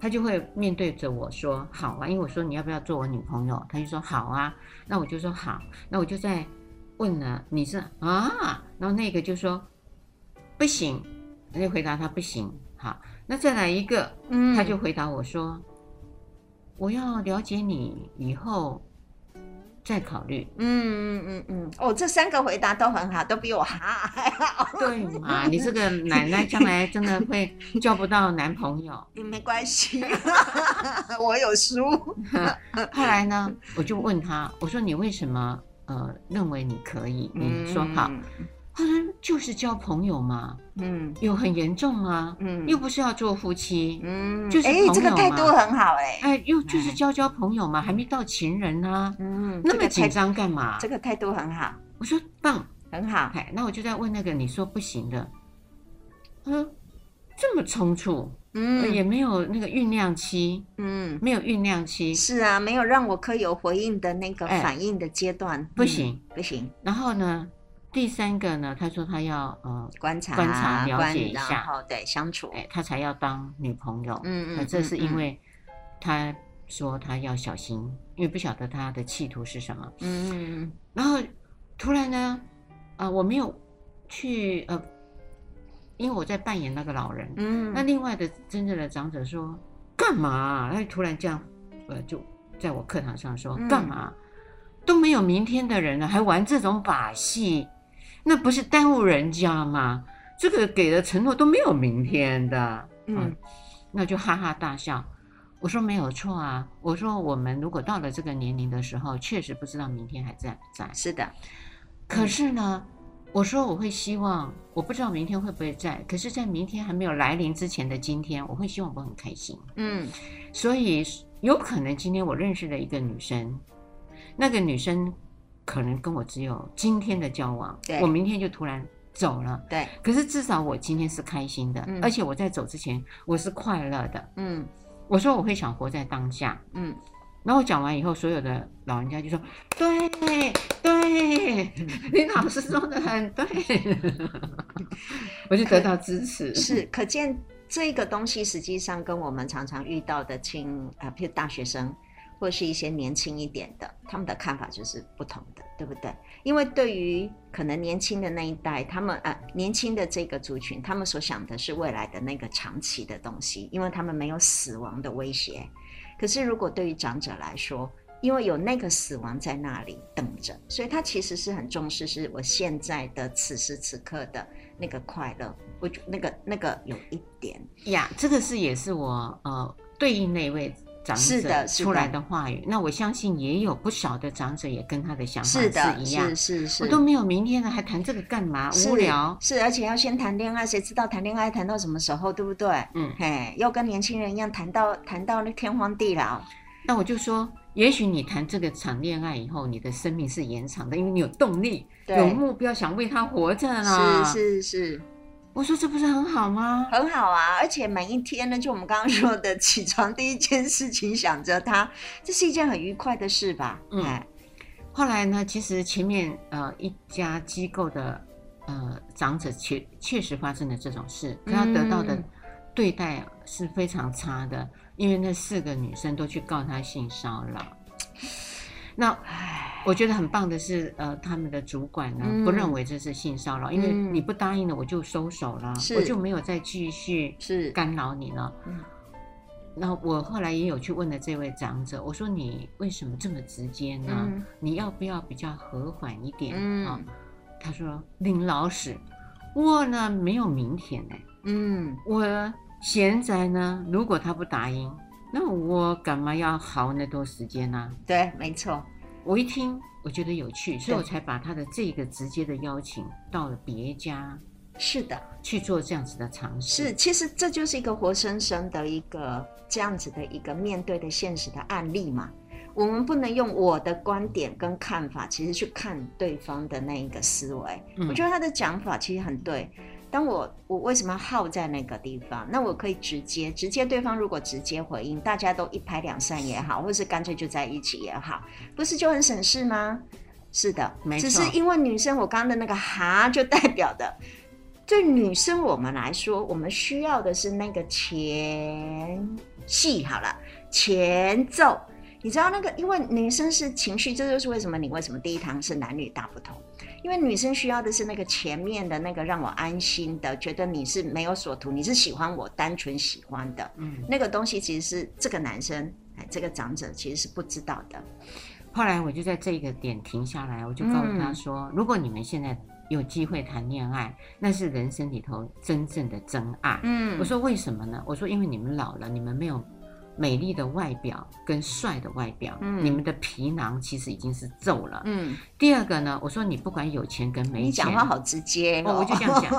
Speaker 1: 她就会面对着我说好啊，因为我说你要不要做我女朋友，她就说好啊，那我就说好，那我就在问了你是啊，然后那个就说不行，我就回答他不行，好，那再来一个，
Speaker 2: 嗯
Speaker 1: 他就回答我说我要了解你以后再考虑。
Speaker 2: 嗯嗯嗯嗯，哦，这三个回答都很好，都比我哈还好。
Speaker 1: 对嘛，你这个奶奶将来真的会 交不到男朋友。
Speaker 2: 也嗯没关系， 我有书。
Speaker 1: 后来呢，我就问他，我说你为什么呃认为你可以？你说好，
Speaker 2: 嗯，
Speaker 1: 他说就是交朋友嘛，
Speaker 2: 嗯
Speaker 1: 有很严重吗？
Speaker 2: 嗯
Speaker 1: 又不是要做夫妻，
Speaker 2: 嗯，
Speaker 1: 就是
Speaker 2: 哎
Speaker 1: 朋，友
Speaker 2: 这个态度
Speaker 1: 嘛
Speaker 2: 很好哎，
Speaker 1: 哎，又就是
Speaker 2: 嗯
Speaker 1: 交交朋友嘛，还没到情人啊，
Speaker 2: 嗯，
Speaker 1: 那
Speaker 2: 这
Speaker 1: 么
Speaker 2: 个态
Speaker 1: 紧张干嘛？
Speaker 2: 这个态度很好，
Speaker 1: 我说棒，
Speaker 2: 很好，
Speaker 1: 哎，那我就在问那个你说不行的，他说这么冲促，也
Speaker 2: 嗯
Speaker 1: 没有那个酝酿期，
Speaker 2: 嗯，
Speaker 1: 没有酝酿期，
Speaker 2: 是啊，没有让我可有回应的那个
Speaker 1: 哎
Speaker 2: 反应的阶段，
Speaker 1: 不
Speaker 2: 嗯
Speaker 1: 行，
Speaker 2: 不行，
Speaker 1: 然后呢，第三个呢，他说他要呃，
Speaker 2: 观察
Speaker 1: 观察了
Speaker 2: 观
Speaker 1: 解一下
Speaker 2: 然后对相处，
Speaker 1: 哎，他才要当女朋友，
Speaker 2: 嗯
Speaker 1: 那
Speaker 2: 嗯，
Speaker 1: 这是因
Speaker 2: 嗯
Speaker 1: 为他说他要小心，因为不晓得他的企图是什么。
Speaker 2: 嗯嗯
Speaker 1: 然后突然呢，啊、我没有去呃，因为我在扮演那个老人，
Speaker 2: 嗯，
Speaker 1: 那另外的真正的长者说干嘛、啊他就突然这样，呃，就在我课堂上说、
Speaker 2: 嗯
Speaker 1: 干嘛？啊都没有明天的人了，还玩这种把戏，那不是耽误人家吗？这个给的承诺都没有明天的，啊
Speaker 2: 嗯
Speaker 1: 那就哈哈大笑。我说没有错啊，我说我们如果到了这个年龄的时候，确实不知道明天还在不在。
Speaker 2: 是的，嗯
Speaker 1: 可是呢，我说我会希望，我不知道明天会不会在，可是，在明天还没有来临之前的今天，我会希望我很开心。
Speaker 2: 嗯
Speaker 1: 所以有可能今天我认识了一个女生，那个女生可能跟我只有今天的交往
Speaker 2: 对，
Speaker 1: 我明天就突然走了。
Speaker 2: 对，
Speaker 1: 可是至少我今天是开心的，
Speaker 2: 嗯
Speaker 1: 而且我在走之前我是快乐的。
Speaker 2: 嗯
Speaker 1: 我说我会想活在当下，
Speaker 2: 嗯
Speaker 1: 然后我讲完以后，所有的老人家就说：“对对， 你老师说的很对。”我就得到支持。
Speaker 2: 是，可见这个东西实际上跟我们常常遇到的青啊，譬如大学生或是一些年轻一点的，他们的看法就是不同的，对不对？因为对于可能年轻的那一代，他们啊年轻的这个族群，他们所想的是未来的那个长期的东西，因为他们没有死亡的威胁。可是如果对于长者来说，因为有那个死亡在那里等着，所以他其实是很重视，是我现在的此时此刻的那个快乐。我觉那个那个有一点
Speaker 1: 呀，这个是也是我呃对应那一位长
Speaker 2: 是的
Speaker 1: 者
Speaker 2: 是
Speaker 1: 出来
Speaker 2: 的
Speaker 1: 的话语。那我相信也有不少的长者也跟他的想法
Speaker 2: 是的，
Speaker 1: 啊一样。
Speaker 2: 是是是，
Speaker 1: 我都没有明天啊了，还谈这个干嘛？
Speaker 2: 是
Speaker 1: 无聊。
Speaker 2: 是，而且要先谈恋爱，谁知道谈恋爱谈到什么时候，对不对？
Speaker 1: 嗯，
Speaker 2: 嘿，要跟年轻人一样谈到谈到那天荒地老，
Speaker 1: 那我就说，也许你谈这个场恋爱以后，你的生命是延长的，因为你有动力，
Speaker 2: 对
Speaker 1: 有目标，想为他活着啦。
Speaker 2: 是。是是，
Speaker 1: 我说这不是很好吗？
Speaker 2: 很好啊。而且每一天呢，就我们刚刚说的，起床第一件事情想着他，这是一件很愉快的事吧？
Speaker 1: 嗯
Speaker 2: 哎，
Speaker 1: 后来呢，其实前面呃一家机构的呃长者确确实发生了这种事，可他得到的
Speaker 2: 嗯
Speaker 1: 对待啊是非常差的，因为那四个女生都去告他性骚扰。那
Speaker 2: 唉，
Speaker 1: 我觉得很棒的是，呃，他们的主管呢、
Speaker 2: 嗯
Speaker 1: 不认为这是性骚扰，因为
Speaker 2: 嗯
Speaker 1: 你不答应了，我就收手了，
Speaker 2: 是
Speaker 1: 我就没有再继续
Speaker 2: 是，
Speaker 1: 干扰你了。
Speaker 2: 嗯
Speaker 1: 那我后来也有去问了这位长者，我说你为什么这么直接呢？
Speaker 2: 嗯
Speaker 1: 你要不要比较和缓一点啊、
Speaker 2: 嗯
Speaker 1: 他说林老师，我呢没有明天呢、
Speaker 2: 嗯
Speaker 1: 我现在呢，如果他不答应，那我干嘛要耗那多时间呢、
Speaker 2: 对，没错，
Speaker 1: 我一听，我觉得有趣，所以
Speaker 2: 对
Speaker 1: 我才把他的这个直接的邀请到了别家
Speaker 2: 是的。
Speaker 1: 去做这样子的尝试。
Speaker 2: 是，其实这就是一个活生生的一个这样子的一个面对的现实的案例嘛。我们不能用我的观点跟看法，其实去看对方的那一个思维。
Speaker 1: 嗯
Speaker 2: 我觉得他的讲法其实很对。当我我为什么耗在那个地方？那我可以直接直接对方如果直接回应，大家都一拍两散也好，或是干脆就在一起也好，不是就很省事吗？是的，
Speaker 1: 没
Speaker 2: 只是
Speaker 1: 错
Speaker 2: 因为女生我刚刚的那个哈就代表的，对女生我们来说，我们需要的是那个前戏好了，前奏。你知道那个，因为女生是情绪，这就是为什么你为什么第一堂是男女大不同，因为女生需要的是那个前面的那个让我安心的，觉得你是没有所图，你是喜欢我，单纯喜欢的
Speaker 1: 嗯，
Speaker 2: 那个东西，其实是这个男生，哎，这个长者其实是不知道的。
Speaker 1: 后来我就在这个点停下来，我就告诉他说，
Speaker 2: 嗯
Speaker 1: 如果你们现在有机会谈恋爱，那是人生里头真正的真爱。
Speaker 2: 嗯
Speaker 1: 我说为什么呢？我说因为你们老了，你们没有美丽的外表跟帅的外表，
Speaker 2: 嗯
Speaker 1: 你们的皮囊其实已经是皱了。
Speaker 2: 嗯，
Speaker 1: 第二个呢，我说你不管有钱跟没
Speaker 2: 你
Speaker 1: 钱，
Speaker 2: 讲话好直接
Speaker 1: 哦，
Speaker 2: 哦，
Speaker 1: 我就这样讲，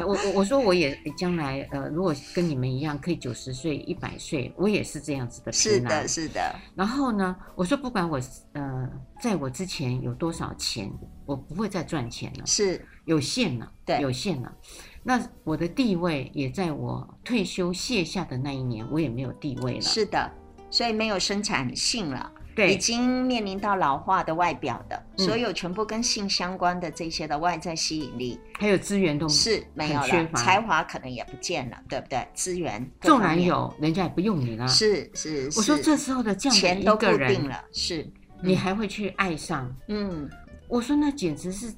Speaker 1: 呃我我我说我也将来呃，如果跟你们一样可以九十岁、一百岁，我也是这样子的
Speaker 2: 是
Speaker 1: 皮囊。
Speaker 2: 的，是的，
Speaker 1: 然后呢，我说不管我呃，在我之前有多少钱，我不会再赚钱了，
Speaker 2: 是
Speaker 1: 有限了，
Speaker 2: 对
Speaker 1: 有限了。那我的地位也在我退休卸下的那一年，我也没有地位了。，
Speaker 2: 是的，所以没有生产性了，已
Speaker 1: 嗯对，
Speaker 2: 经面临到老化的外表的，
Speaker 1: 嗯
Speaker 2: 所有全部跟性相关的这些的外在吸引力
Speaker 1: 还有资源都
Speaker 2: 是没有
Speaker 1: 嗯很缺
Speaker 2: 了，
Speaker 1: 乏
Speaker 2: 才华可能也不见了，对不对？资源各
Speaker 1: 纵
Speaker 2: 方
Speaker 1: 然
Speaker 2: 面
Speaker 1: 有，人家也不用你了。，
Speaker 2: 是是，
Speaker 1: 我说
Speaker 2: 是
Speaker 1: 这时候的这样的
Speaker 2: 钱
Speaker 1: 一
Speaker 2: 都固
Speaker 1: 个
Speaker 2: 定
Speaker 1: 人，
Speaker 2: 了，嗯是
Speaker 1: 你还会去爱上？
Speaker 2: 嗯
Speaker 1: 我说那简直是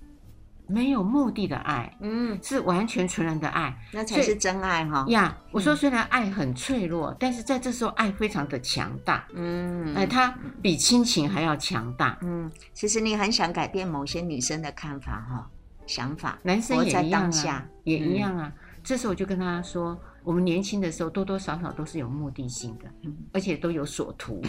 Speaker 1: 没有目的的爱，
Speaker 2: 嗯，
Speaker 1: 是完全纯然的爱
Speaker 2: 那才
Speaker 1: 所以
Speaker 2: 是真爱哈。
Speaker 1: 呀。我说
Speaker 2: 嗯
Speaker 1: 虽然爱很脆弱，但是在这时候爱非常的强大，
Speaker 2: 嗯，
Speaker 1: 哎，它比亲情还要强大。
Speaker 2: 嗯，其实你很想改变某些女生的看法哈、想法，
Speaker 1: 男生
Speaker 2: 活在
Speaker 1: 也一样
Speaker 2: 当下
Speaker 1: 啊，也
Speaker 2: 嗯
Speaker 1: 一样啊。这时候我就跟他说，我们年轻的时候多多少少都是有目的性的，
Speaker 2: 嗯
Speaker 1: 而且都有所图，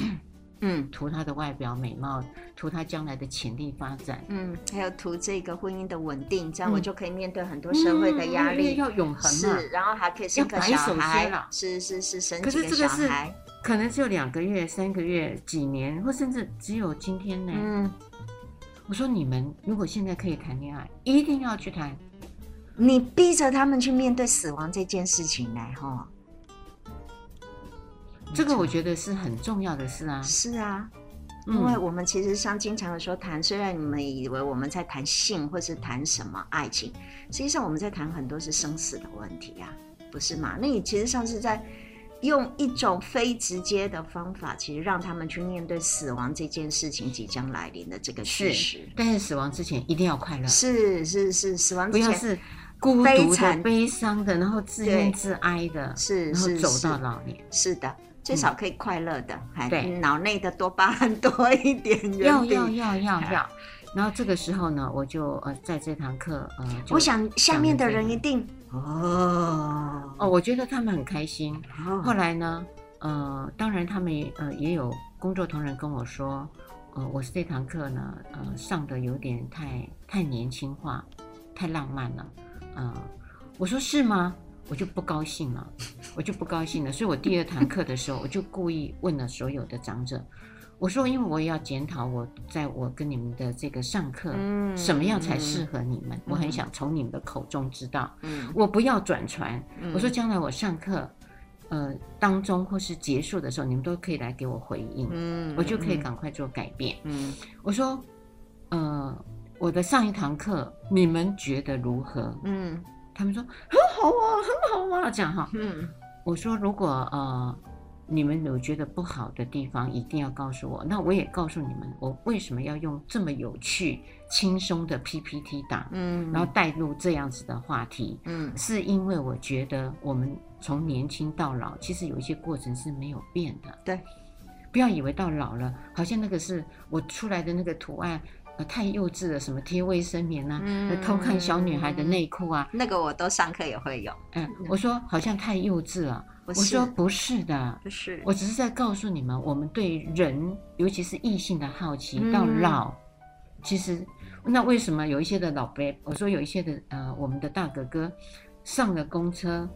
Speaker 2: 嗯
Speaker 1: 图他的外表美貌，图他将来的潜力发展。
Speaker 2: 嗯，还有图这个婚姻的稳定，这样
Speaker 1: 嗯
Speaker 2: 我就可以面对很多社会的压
Speaker 1: 嗯因为
Speaker 2: 力。
Speaker 1: 要永恒嘛。
Speaker 2: 是，然后还可以生个
Speaker 1: 要白
Speaker 2: 小
Speaker 1: 手
Speaker 2: 孩
Speaker 1: 先了，
Speaker 2: 是是是，生
Speaker 1: 可
Speaker 2: 几
Speaker 1: 是
Speaker 2: 个
Speaker 1: 这个
Speaker 2: 小
Speaker 1: 是
Speaker 2: 孩，
Speaker 1: 可能只有两个月、三个月、几年，或甚至只有今天呢。
Speaker 2: 嗯，
Speaker 1: 我说你们如果现在可以谈恋爱，一定要去谈。
Speaker 2: 你逼着他们去面对死亡这件事情来哈，
Speaker 1: 这个我觉得是很重要的事啊。
Speaker 2: 是啊，因为
Speaker 1: 嗯，
Speaker 2: 我们其实像经常说谈，虽然你们以为我们在谈性或是谈什么爱情，实际上我们在谈很多是生死的问题啊，不是吗？那你其实上是在用一种非直接的方法，其实让他们去面对死亡这件事情即将来临的这个事实。
Speaker 1: 但是死亡之前一定要快乐，
Speaker 2: 是是是，死亡
Speaker 1: 不
Speaker 2: 之
Speaker 1: 要
Speaker 2: 前
Speaker 1: 是孤
Speaker 2: 悲
Speaker 1: 独
Speaker 2: 惨
Speaker 1: 的、悲伤的，然后自
Speaker 2: 对
Speaker 1: 怨自哀的，
Speaker 2: 是
Speaker 1: 然后
Speaker 2: 是
Speaker 1: 走到
Speaker 2: 是
Speaker 1: 老年。
Speaker 2: 是的，最少可以快乐的，还
Speaker 1: 对
Speaker 2: 脑内的多巴胺多一点，
Speaker 1: 要
Speaker 2: 原地啊
Speaker 1: 要要要要。然后这个时候呢，我就呃在这堂课呃，就
Speaker 2: 我想下面的人
Speaker 1: 讲
Speaker 2: 一定哦
Speaker 1: 哦，我觉得他们很开心。
Speaker 2: 哦
Speaker 1: 后来呢，呃，当然他们也呃也有工作同仁跟我说，呃，我是这堂课呢，呃，上的有点太太年轻化，太浪漫了，呃，我说是吗？我就不高兴了，我就不高兴了，所以我第二堂课的时候，我就故意问了所有的长者，我说，因为我也要检讨我在我跟你们的这个上课，
Speaker 2: 嗯
Speaker 1: 什么样才适合你们，我
Speaker 2: 嗯
Speaker 1: 很想从你们的口中知道，
Speaker 2: 嗯，
Speaker 1: 我不要转传，
Speaker 2: 嗯
Speaker 1: 我说将来我上课，呃，当中或是结束的时候，你们都可以来给我回应，
Speaker 2: 嗯
Speaker 1: 我就可以赶快做改变。
Speaker 2: 嗯
Speaker 1: 我说，呃，我的上一堂课你们觉得如何？
Speaker 2: 嗯
Speaker 1: 他们说很好啊，很好啊，这样哈。
Speaker 2: 嗯
Speaker 1: 我说如果呃你们有觉得不好的地方，一定要告诉我，那我也告诉你们，我为什么要用这么有趣、轻松的 PPT 档，
Speaker 2: 嗯，
Speaker 1: 然后带入这样子的话题。
Speaker 2: 嗯
Speaker 1: 是因为我觉得我们从年轻到老，其实有一些过程是没有变的。
Speaker 2: 对，
Speaker 1: 不要以为到老了，好像那个是我出来的那个图案，呃，太幼稚了，什么贴卫生棉啊，
Speaker 2: 嗯
Speaker 1: 呃偷看小女孩的内裤啊，
Speaker 2: 那个我都上课也会有，
Speaker 1: 嗯、我说好像太幼稚了。
Speaker 2: 不
Speaker 1: 我
Speaker 2: 是
Speaker 1: 说不是的，
Speaker 2: 不是
Speaker 1: 我只是在告诉你们，我们对人，尤其是异性的好奇，
Speaker 2: 嗯
Speaker 1: 到老，其实那为什么有一些的老伯，我说有一些的呃，我们的大哥哥上了公车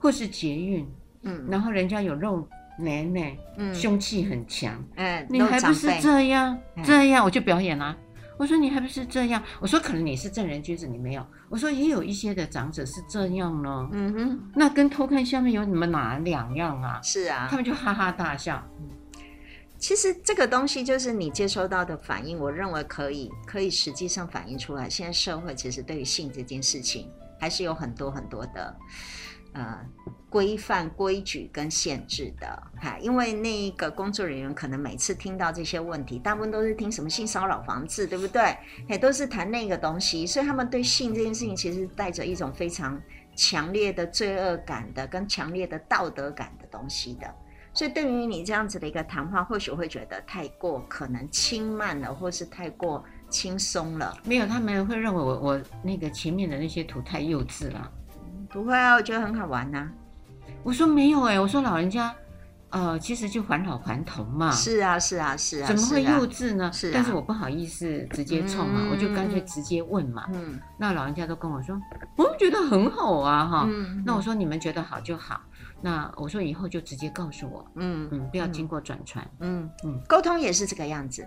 Speaker 1: 或是捷运，
Speaker 2: 嗯
Speaker 1: 然后人家有肉奶奶，
Speaker 2: 嗯
Speaker 1: 凶气很强，
Speaker 2: 嗯
Speaker 1: 你还不是这样
Speaker 2: 嗯
Speaker 1: 这样，我就表演啦、我说你还不是这样，我说可能你是正人君子，你没有。我说也有一些的长者是这样呢，
Speaker 2: 嗯哼
Speaker 1: 那跟偷看下面有你们哪两样啊？
Speaker 2: 是啊
Speaker 1: 他，们就哈哈大笑。
Speaker 2: 其实这个东西就是你接收到的反应，我认为可以可以实际上反映出来，现在社会其实对于性这件事情还是有很多很多的呃规范、规矩跟限制的哈。因为那一个工作人员可能每次听到这些问题，大部分都是听什么性骚扰防治，对不对？也都是谈那个东西，所以他们对性这件事情其实带着一种非常强烈的罪恶感的跟强烈的道德感的东西的。所以对于你这样子的一个谈话，或许会觉得太过可能轻慢了，或是太过轻松了。
Speaker 1: 没有，他们会认为我我那个前面的那些图太幼稚了。
Speaker 2: 不会啊，我觉得很好玩呐、
Speaker 1: 欸我说没有哎、我说老人家，啊、呃，其实就还老还童嘛，
Speaker 2: 是啊，是啊，是啊，
Speaker 1: 怎么会
Speaker 2: 是啊
Speaker 1: 幼稚呢？
Speaker 2: 是啊
Speaker 1: 但是我不好意思直接冲嘛，
Speaker 2: 嗯
Speaker 1: 我就干脆直接问嘛。
Speaker 2: 嗯
Speaker 1: 那老人家都跟我说，我们觉得很好啊，哈。
Speaker 2: 嗯
Speaker 1: 那我说你们觉得好就好，那我说以后就直接告诉我，
Speaker 2: 嗯
Speaker 1: 嗯，不要经过转传，
Speaker 2: 嗯
Speaker 1: 嗯
Speaker 2: 嗯，沟通也是这个样子，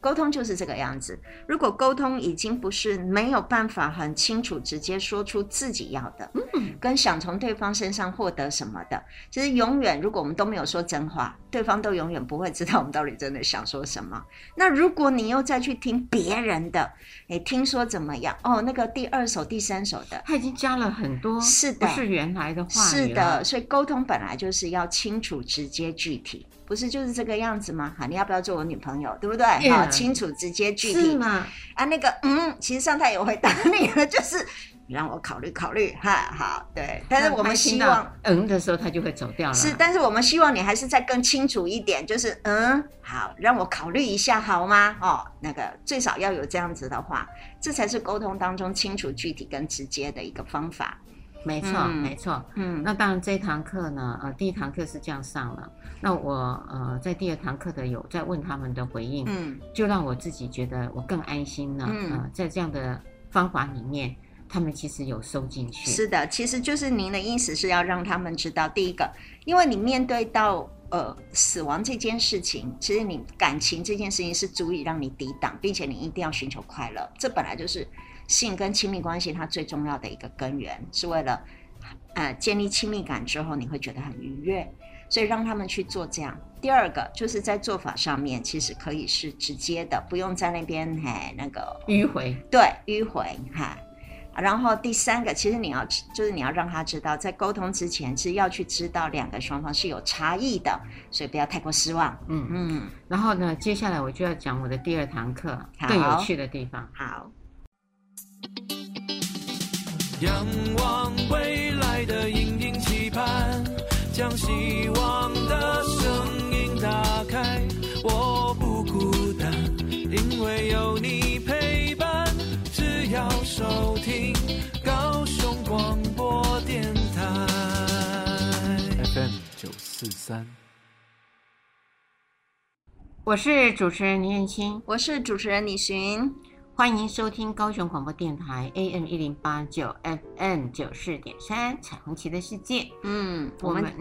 Speaker 2: 沟通就是这个样子。如果沟通已经不是没有办法很清楚直接说出自己要的，
Speaker 1: 嗯
Speaker 2: 跟想从对方身上获得什么的，其实永远如果我们都没有说真话，对方都永远不会知道我们到底真的想说什么。那如果你又再去听别人的，诶，听说怎么样？哦，那个第二首、第三首的，
Speaker 1: 他已经加了很多，
Speaker 2: 是
Speaker 1: 不
Speaker 2: 的
Speaker 1: 是原来的话
Speaker 2: 是
Speaker 1: 语了
Speaker 2: 的，，所以沟通本来就是要清楚、直接、具体，不是就是这个样子吗？哈，你要不要做我女朋友，对不对？好
Speaker 1: Yeah
Speaker 2: 清楚、直接、具
Speaker 1: 啊是
Speaker 2: 体
Speaker 1: 吗？
Speaker 2: 啊。那个，嗯，其实上台也回答你了，就是让我考虑考虑，哈，好，对。但是
Speaker 1: 那
Speaker 2: 我
Speaker 1: 他
Speaker 2: 们
Speaker 1: 听
Speaker 2: 希
Speaker 1: 到
Speaker 2: 望
Speaker 1: 嗯的时候，他就会走掉了。
Speaker 2: 是，但是我们希望你还是再更清楚一点，就是嗯，好，让我考虑一下好吗？哦，那个最少要有这样子的话，这才是沟通当中清楚、具体跟直接的一个方法。
Speaker 1: 没错，
Speaker 2: 嗯
Speaker 1: 没错。
Speaker 2: 嗯，
Speaker 1: 那当然，这一堂课呢，呃，第一堂课是这样上了。那我呃，在第二堂课的有在问他们的回应，
Speaker 2: 嗯
Speaker 1: 就让我自己觉得我更安心了。
Speaker 2: 嗯
Speaker 1: 呃，在这样的方法里面，他们其实有收进去。
Speaker 2: 是的，其实就是您的意思是要让他们知道，第一个，因为你面对到呃死亡这件事情，其实你感情这件事情是足以让你抵挡，并且你一定要寻求快乐，这本来就是性跟亲密关系它最重要的一个根源，是为了呃建立亲密感之后，你会觉得很愉悦，所以让他们去做这样。第二个就是在做法上面，其实可以是直接的，不用在那边嘿那个
Speaker 1: 迂回，
Speaker 2: 对，迂回哈。然后第三个，其实你要知就是你要让他知道，在沟通之前是要去知道两个双方是有差异的，所以不要太过失望。
Speaker 1: 嗯。
Speaker 2: 嗯，
Speaker 1: 然后呢，接下来我就要讲我的第二堂课
Speaker 2: 好
Speaker 1: 更有趣的地方。
Speaker 2: 好，
Speaker 3: 仰望未来的隐隐期盼，将希望的声音打开。我不孤单，因为有你陪伴。只要收听高雄广播电台 FM 九四三。
Speaker 1: 我是主持人林燕青，
Speaker 2: 我是主持人李寻，
Speaker 1: 欢迎收听高雄广播电台 AM 一零八九 FM 九四点三彩虹旗的世界。
Speaker 2: 嗯，
Speaker 1: 我
Speaker 2: 我
Speaker 1: 们
Speaker 2: 们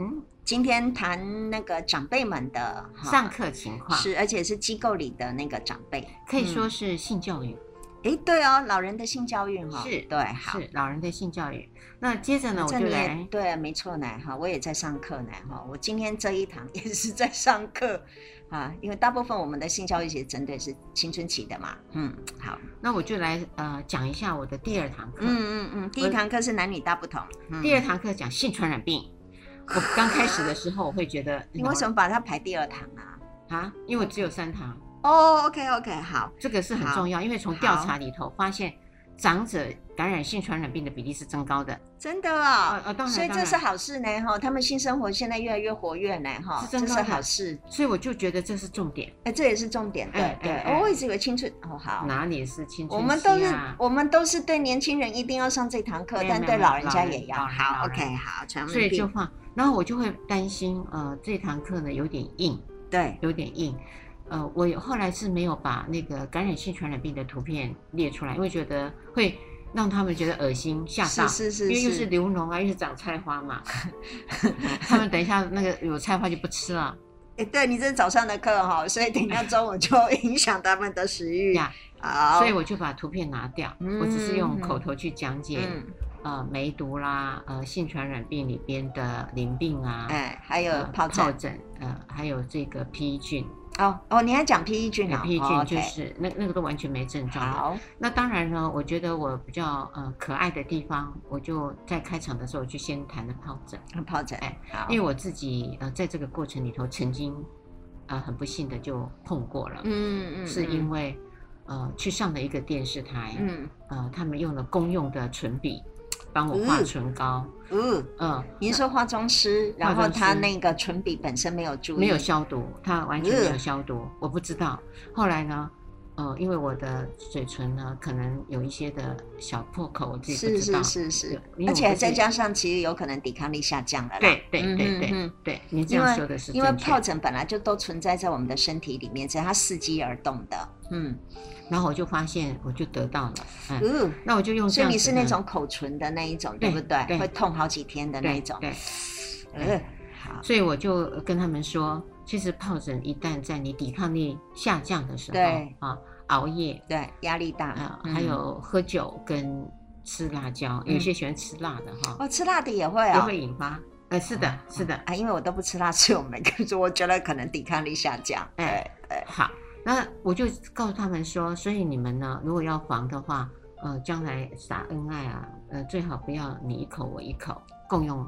Speaker 2: 今天谈那个长辈们的哈
Speaker 1: 上课情况
Speaker 2: 是，而嗯且是机构里的那个长辈，
Speaker 1: 可以说是性教育，
Speaker 2: 诶，对哦，老人的性教育哈，
Speaker 1: 是
Speaker 2: 对，好，
Speaker 1: 是老人的性教育。那接着呢，我
Speaker 2: 这
Speaker 1: 哦就
Speaker 2: 你
Speaker 1: 来
Speaker 2: 也对，啊没错呢，哈，我也在上课呢，哈，我今天这一堂 也是在上课啊，因为大部分我们的性教育其实针对是青春期的嘛，嗯，好，
Speaker 1: 那我就来呃讲一下我的第二堂课。
Speaker 2: 嗯嗯嗯，第一堂课是男女大不同，嗯
Speaker 1: 第二，堂课讲性传染病。我刚开始的时候，我会觉得
Speaker 2: 你为什么把它排第二堂啊？
Speaker 1: 啊？因为我只有三堂，
Speaker 2: 哦，OK OK，好，
Speaker 1: 这个是很
Speaker 2: 好
Speaker 1: 重要，因为从调查里头发现，长者感染性传染病的比例是增高的。
Speaker 2: 真的啊、
Speaker 1: 啊啊，当然，
Speaker 2: 所以
Speaker 1: 当
Speaker 2: 这
Speaker 1: 然
Speaker 2: 是，好事呢，哈，他们性生活现在越来越活跃呢，哈
Speaker 1: 是，真
Speaker 2: 这
Speaker 1: 的
Speaker 2: 是好事，
Speaker 1: 所以我就觉得这是重点，
Speaker 2: 哎，这也是重点，对
Speaker 1: 哎
Speaker 2: 对
Speaker 1: 哎，哎
Speaker 2: 我一直以为青春，哦，好，
Speaker 1: 哪里是青
Speaker 2: 我
Speaker 1: 春
Speaker 2: 们
Speaker 1: 期
Speaker 2: 都是
Speaker 1: 啊？
Speaker 2: 我们都是对年轻人一定要上这堂课
Speaker 1: 没，有
Speaker 2: 但
Speaker 1: 没有
Speaker 2: 对
Speaker 1: 没有
Speaker 2: 老人家也要。
Speaker 1: 老人
Speaker 2: 好
Speaker 1: 老人
Speaker 2: ，OK，好，传
Speaker 1: 所
Speaker 2: 染
Speaker 1: 以就
Speaker 2: 病，
Speaker 1: 话，然后我就会担心，呃，这堂课呢有点硬，
Speaker 2: 对，
Speaker 1: 有点硬。呃，我有后来是没有把那个感染性传染病的图片列出来，因为觉得会让他们觉得恶心吓
Speaker 2: 是
Speaker 1: 到，
Speaker 2: 是
Speaker 1: 因
Speaker 2: 是
Speaker 1: 为又是
Speaker 2: 是，
Speaker 1: 流脓啊，又是长菜花嘛。 他们等一下那个有菜花就不吃了
Speaker 2: 哎，对你这是早上的课哈，所以等到中 午就影响他们的食欲。
Speaker 1: 呀，
Speaker 2: 好，
Speaker 1: 所以我就把图片拿掉，我只是用
Speaker 2: 嗯
Speaker 1: 口头去讲解、
Speaker 2: 嗯，
Speaker 1: 呃梅毒啦，呃性传染病里边的淋病啊，
Speaker 2: 哎，还有
Speaker 1: 呃
Speaker 2: 疱
Speaker 1: 疱
Speaker 2: 疹，
Speaker 1: 疹，呃还有这个披菌，
Speaker 2: 哦哦，你还讲 PE 菌呢
Speaker 1: 那披
Speaker 2: 哦
Speaker 1: E 菌就
Speaker 2: ，OK，
Speaker 1: 是、那那个都完全没症状的。
Speaker 2: 好，
Speaker 1: 那当然呢，我觉得我比较呃可爱的地方，我就在开场的时候就先谈了疱疹，
Speaker 2: 疱疹
Speaker 1: 哎，
Speaker 2: 好，
Speaker 1: 因为我自己呃在这个过程里头曾经呃很不幸的就碰过了，
Speaker 2: 嗯嗯，
Speaker 1: 是因
Speaker 2: 为
Speaker 1: 为呃去上了一个电视台，
Speaker 2: 嗯
Speaker 1: 呃他们用了公用的唇笔帮我画
Speaker 2: 嗯
Speaker 1: 唇膏，
Speaker 2: 嗯，
Speaker 1: 嗯，
Speaker 2: 您说化妆师，然
Speaker 1: 化
Speaker 2: 后
Speaker 1: 妆师
Speaker 2: 他那个唇笔本身没有注意，嗯
Speaker 1: 没有消毒，他完全没有消毒，我不知道。后来呢，呃，因为我的嘴唇呢，可能有一些的小破口，我自己不
Speaker 2: 是
Speaker 1: 知道。
Speaker 2: 是是是
Speaker 1: 因为我，
Speaker 2: 而且
Speaker 1: 不是
Speaker 2: 再加上其实有可能抵抗力下降了啦。
Speaker 1: 对对
Speaker 2: 嗯
Speaker 1: 对对、
Speaker 2: 嗯嗯
Speaker 1: 对，你这
Speaker 2: 因
Speaker 1: 样
Speaker 2: 为
Speaker 1: 说的是
Speaker 2: 因为
Speaker 1: 正确
Speaker 2: 疱疹本来就都存在在我们的身体里面，只是它伺机而动的。嗯，
Speaker 1: 然后我就发现，我就得到了，嗯，
Speaker 2: 嗯
Speaker 1: 那我就用这
Speaker 2: 所以
Speaker 1: 样子呢。
Speaker 2: 你是那种口唇的那一种，
Speaker 1: 对
Speaker 2: 对不对？
Speaker 1: 对
Speaker 2: 会痛好几天的那
Speaker 1: 对
Speaker 2: 一种。
Speaker 1: 对，
Speaker 2: 嗯，好，
Speaker 1: 所以我就跟他们说，其实疱疹一旦在你抵抗力下降的时候，
Speaker 2: 对
Speaker 1: 啊，熬夜
Speaker 2: 对，压力大
Speaker 1: 啊
Speaker 2: 嘛，，
Speaker 1: 还
Speaker 2: 嗯
Speaker 1: 有喝酒跟吃辣椒，有些喜欢吃辣的哈，
Speaker 2: 哦，吃辣的也会
Speaker 1: 也
Speaker 2: 哦。
Speaker 1: 会引发。呃，是的，是的，
Speaker 2: 啊，因为我都不吃辣，所以我没跟说，我觉得可能抵抗力下降。
Speaker 1: 哎
Speaker 2: 对对，
Speaker 1: 好，那我就告诉他们说，所以你们呢，如果要防的话，呃，将来撒恩爱啊，呃，最好不要你一口我一口，共用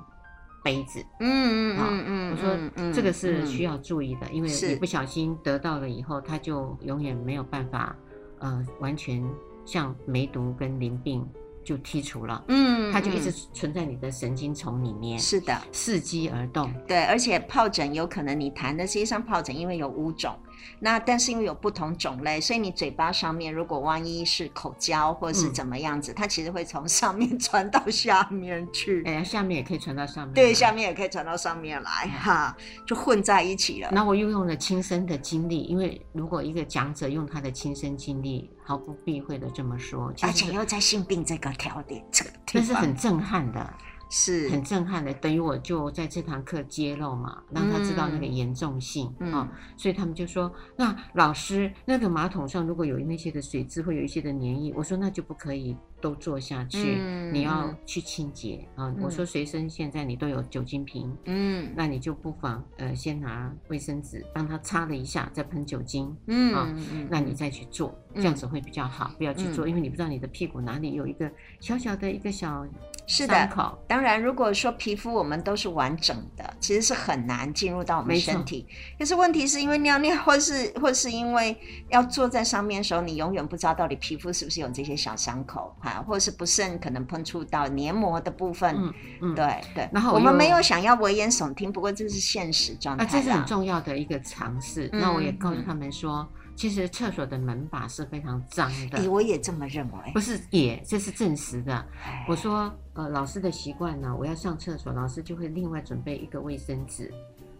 Speaker 1: 杯子。
Speaker 2: 嗯
Speaker 1: 好
Speaker 2: 嗯
Speaker 1: 哦
Speaker 2: 嗯
Speaker 1: 我说这个是需
Speaker 2: 要
Speaker 1: 要注意的，因为
Speaker 2: 是
Speaker 1: 你不小心得到了以后，它就永远没有办法，呃，完全像梅毒跟淋病就剔除了，
Speaker 2: 嗯，
Speaker 1: 它就一直
Speaker 2: 嗯
Speaker 1: 存在你的神经丛里面，
Speaker 2: 是的。
Speaker 1: 伺机而动。
Speaker 2: 对，而且疱疹有可能你谈的实际上疱疹因为有五种，那但是因为有不同种类，所以你嘴巴上面如果万一是口交或是
Speaker 1: 嗯
Speaker 2: 怎么样子，它其实会从上面 传到下面去，
Speaker 1: 哎、下面也可以传到上面。啊
Speaker 2: 对，下。面也可以传到上面来，
Speaker 1: 嗯
Speaker 2: 哈，就混在一起了。
Speaker 1: 那我又用了亲身的经历，因为如果一个讲者用他的亲身经历，毫不避讳的这么说，其
Speaker 2: 而且
Speaker 1: 实
Speaker 2: 又在性啊病这个条点，这个地
Speaker 1: 那是
Speaker 2: 方
Speaker 1: 很震撼的。
Speaker 2: 是
Speaker 1: 很震撼的，等于我就在这堂课揭露嘛，让他知道那个严重性啊、
Speaker 2: 嗯
Speaker 1: 所以他们就说，那老师那个马桶上如果有那些的水渍，会有一些的粘液，我说那就不可以都做下去，
Speaker 2: 嗯
Speaker 1: 你要去清洁啊、我说随身现在你都有酒精瓶，
Speaker 2: 嗯
Speaker 1: 那你就不妨呃先拿卫生纸帮他擦了一下，再喷酒精，
Speaker 2: 嗯
Speaker 1: 啊
Speaker 2: 嗯
Speaker 1: 那你再去做，这样子会比较好，不要去做，因为你不知道你的屁股哪里有一个小小的一个小
Speaker 2: 是
Speaker 1: 伤
Speaker 2: 的。
Speaker 1: 口。
Speaker 2: 当然，如果说皮肤我们都是完整的，其实是很难进入到我们
Speaker 1: 没错
Speaker 2: 身体。可是问题是因为尿尿，或是或是因为要坐在上面的时候，你永远不知道到底皮肤是不是有这些小伤口哈，或者是不慎可能碰触到黏膜的部分。
Speaker 1: 嗯嗯
Speaker 2: 对对。
Speaker 1: 然后
Speaker 2: 我们
Speaker 1: 又
Speaker 2: 没有想要危言耸听，不过这是现实状态
Speaker 1: 啊，
Speaker 2: 啦。
Speaker 1: 这是很重要的一个尝试。
Speaker 2: 嗯
Speaker 1: 那我也告诉他们说，其实厕所的门把是非常脏
Speaker 2: 诶
Speaker 1: 的，
Speaker 2: 我也这么认为
Speaker 1: 不。是也，这是证实的。
Speaker 2: 哎
Speaker 1: 我说，呃，老师的习惯呢，我要上厕所，老师就会另外准备一个卫生纸。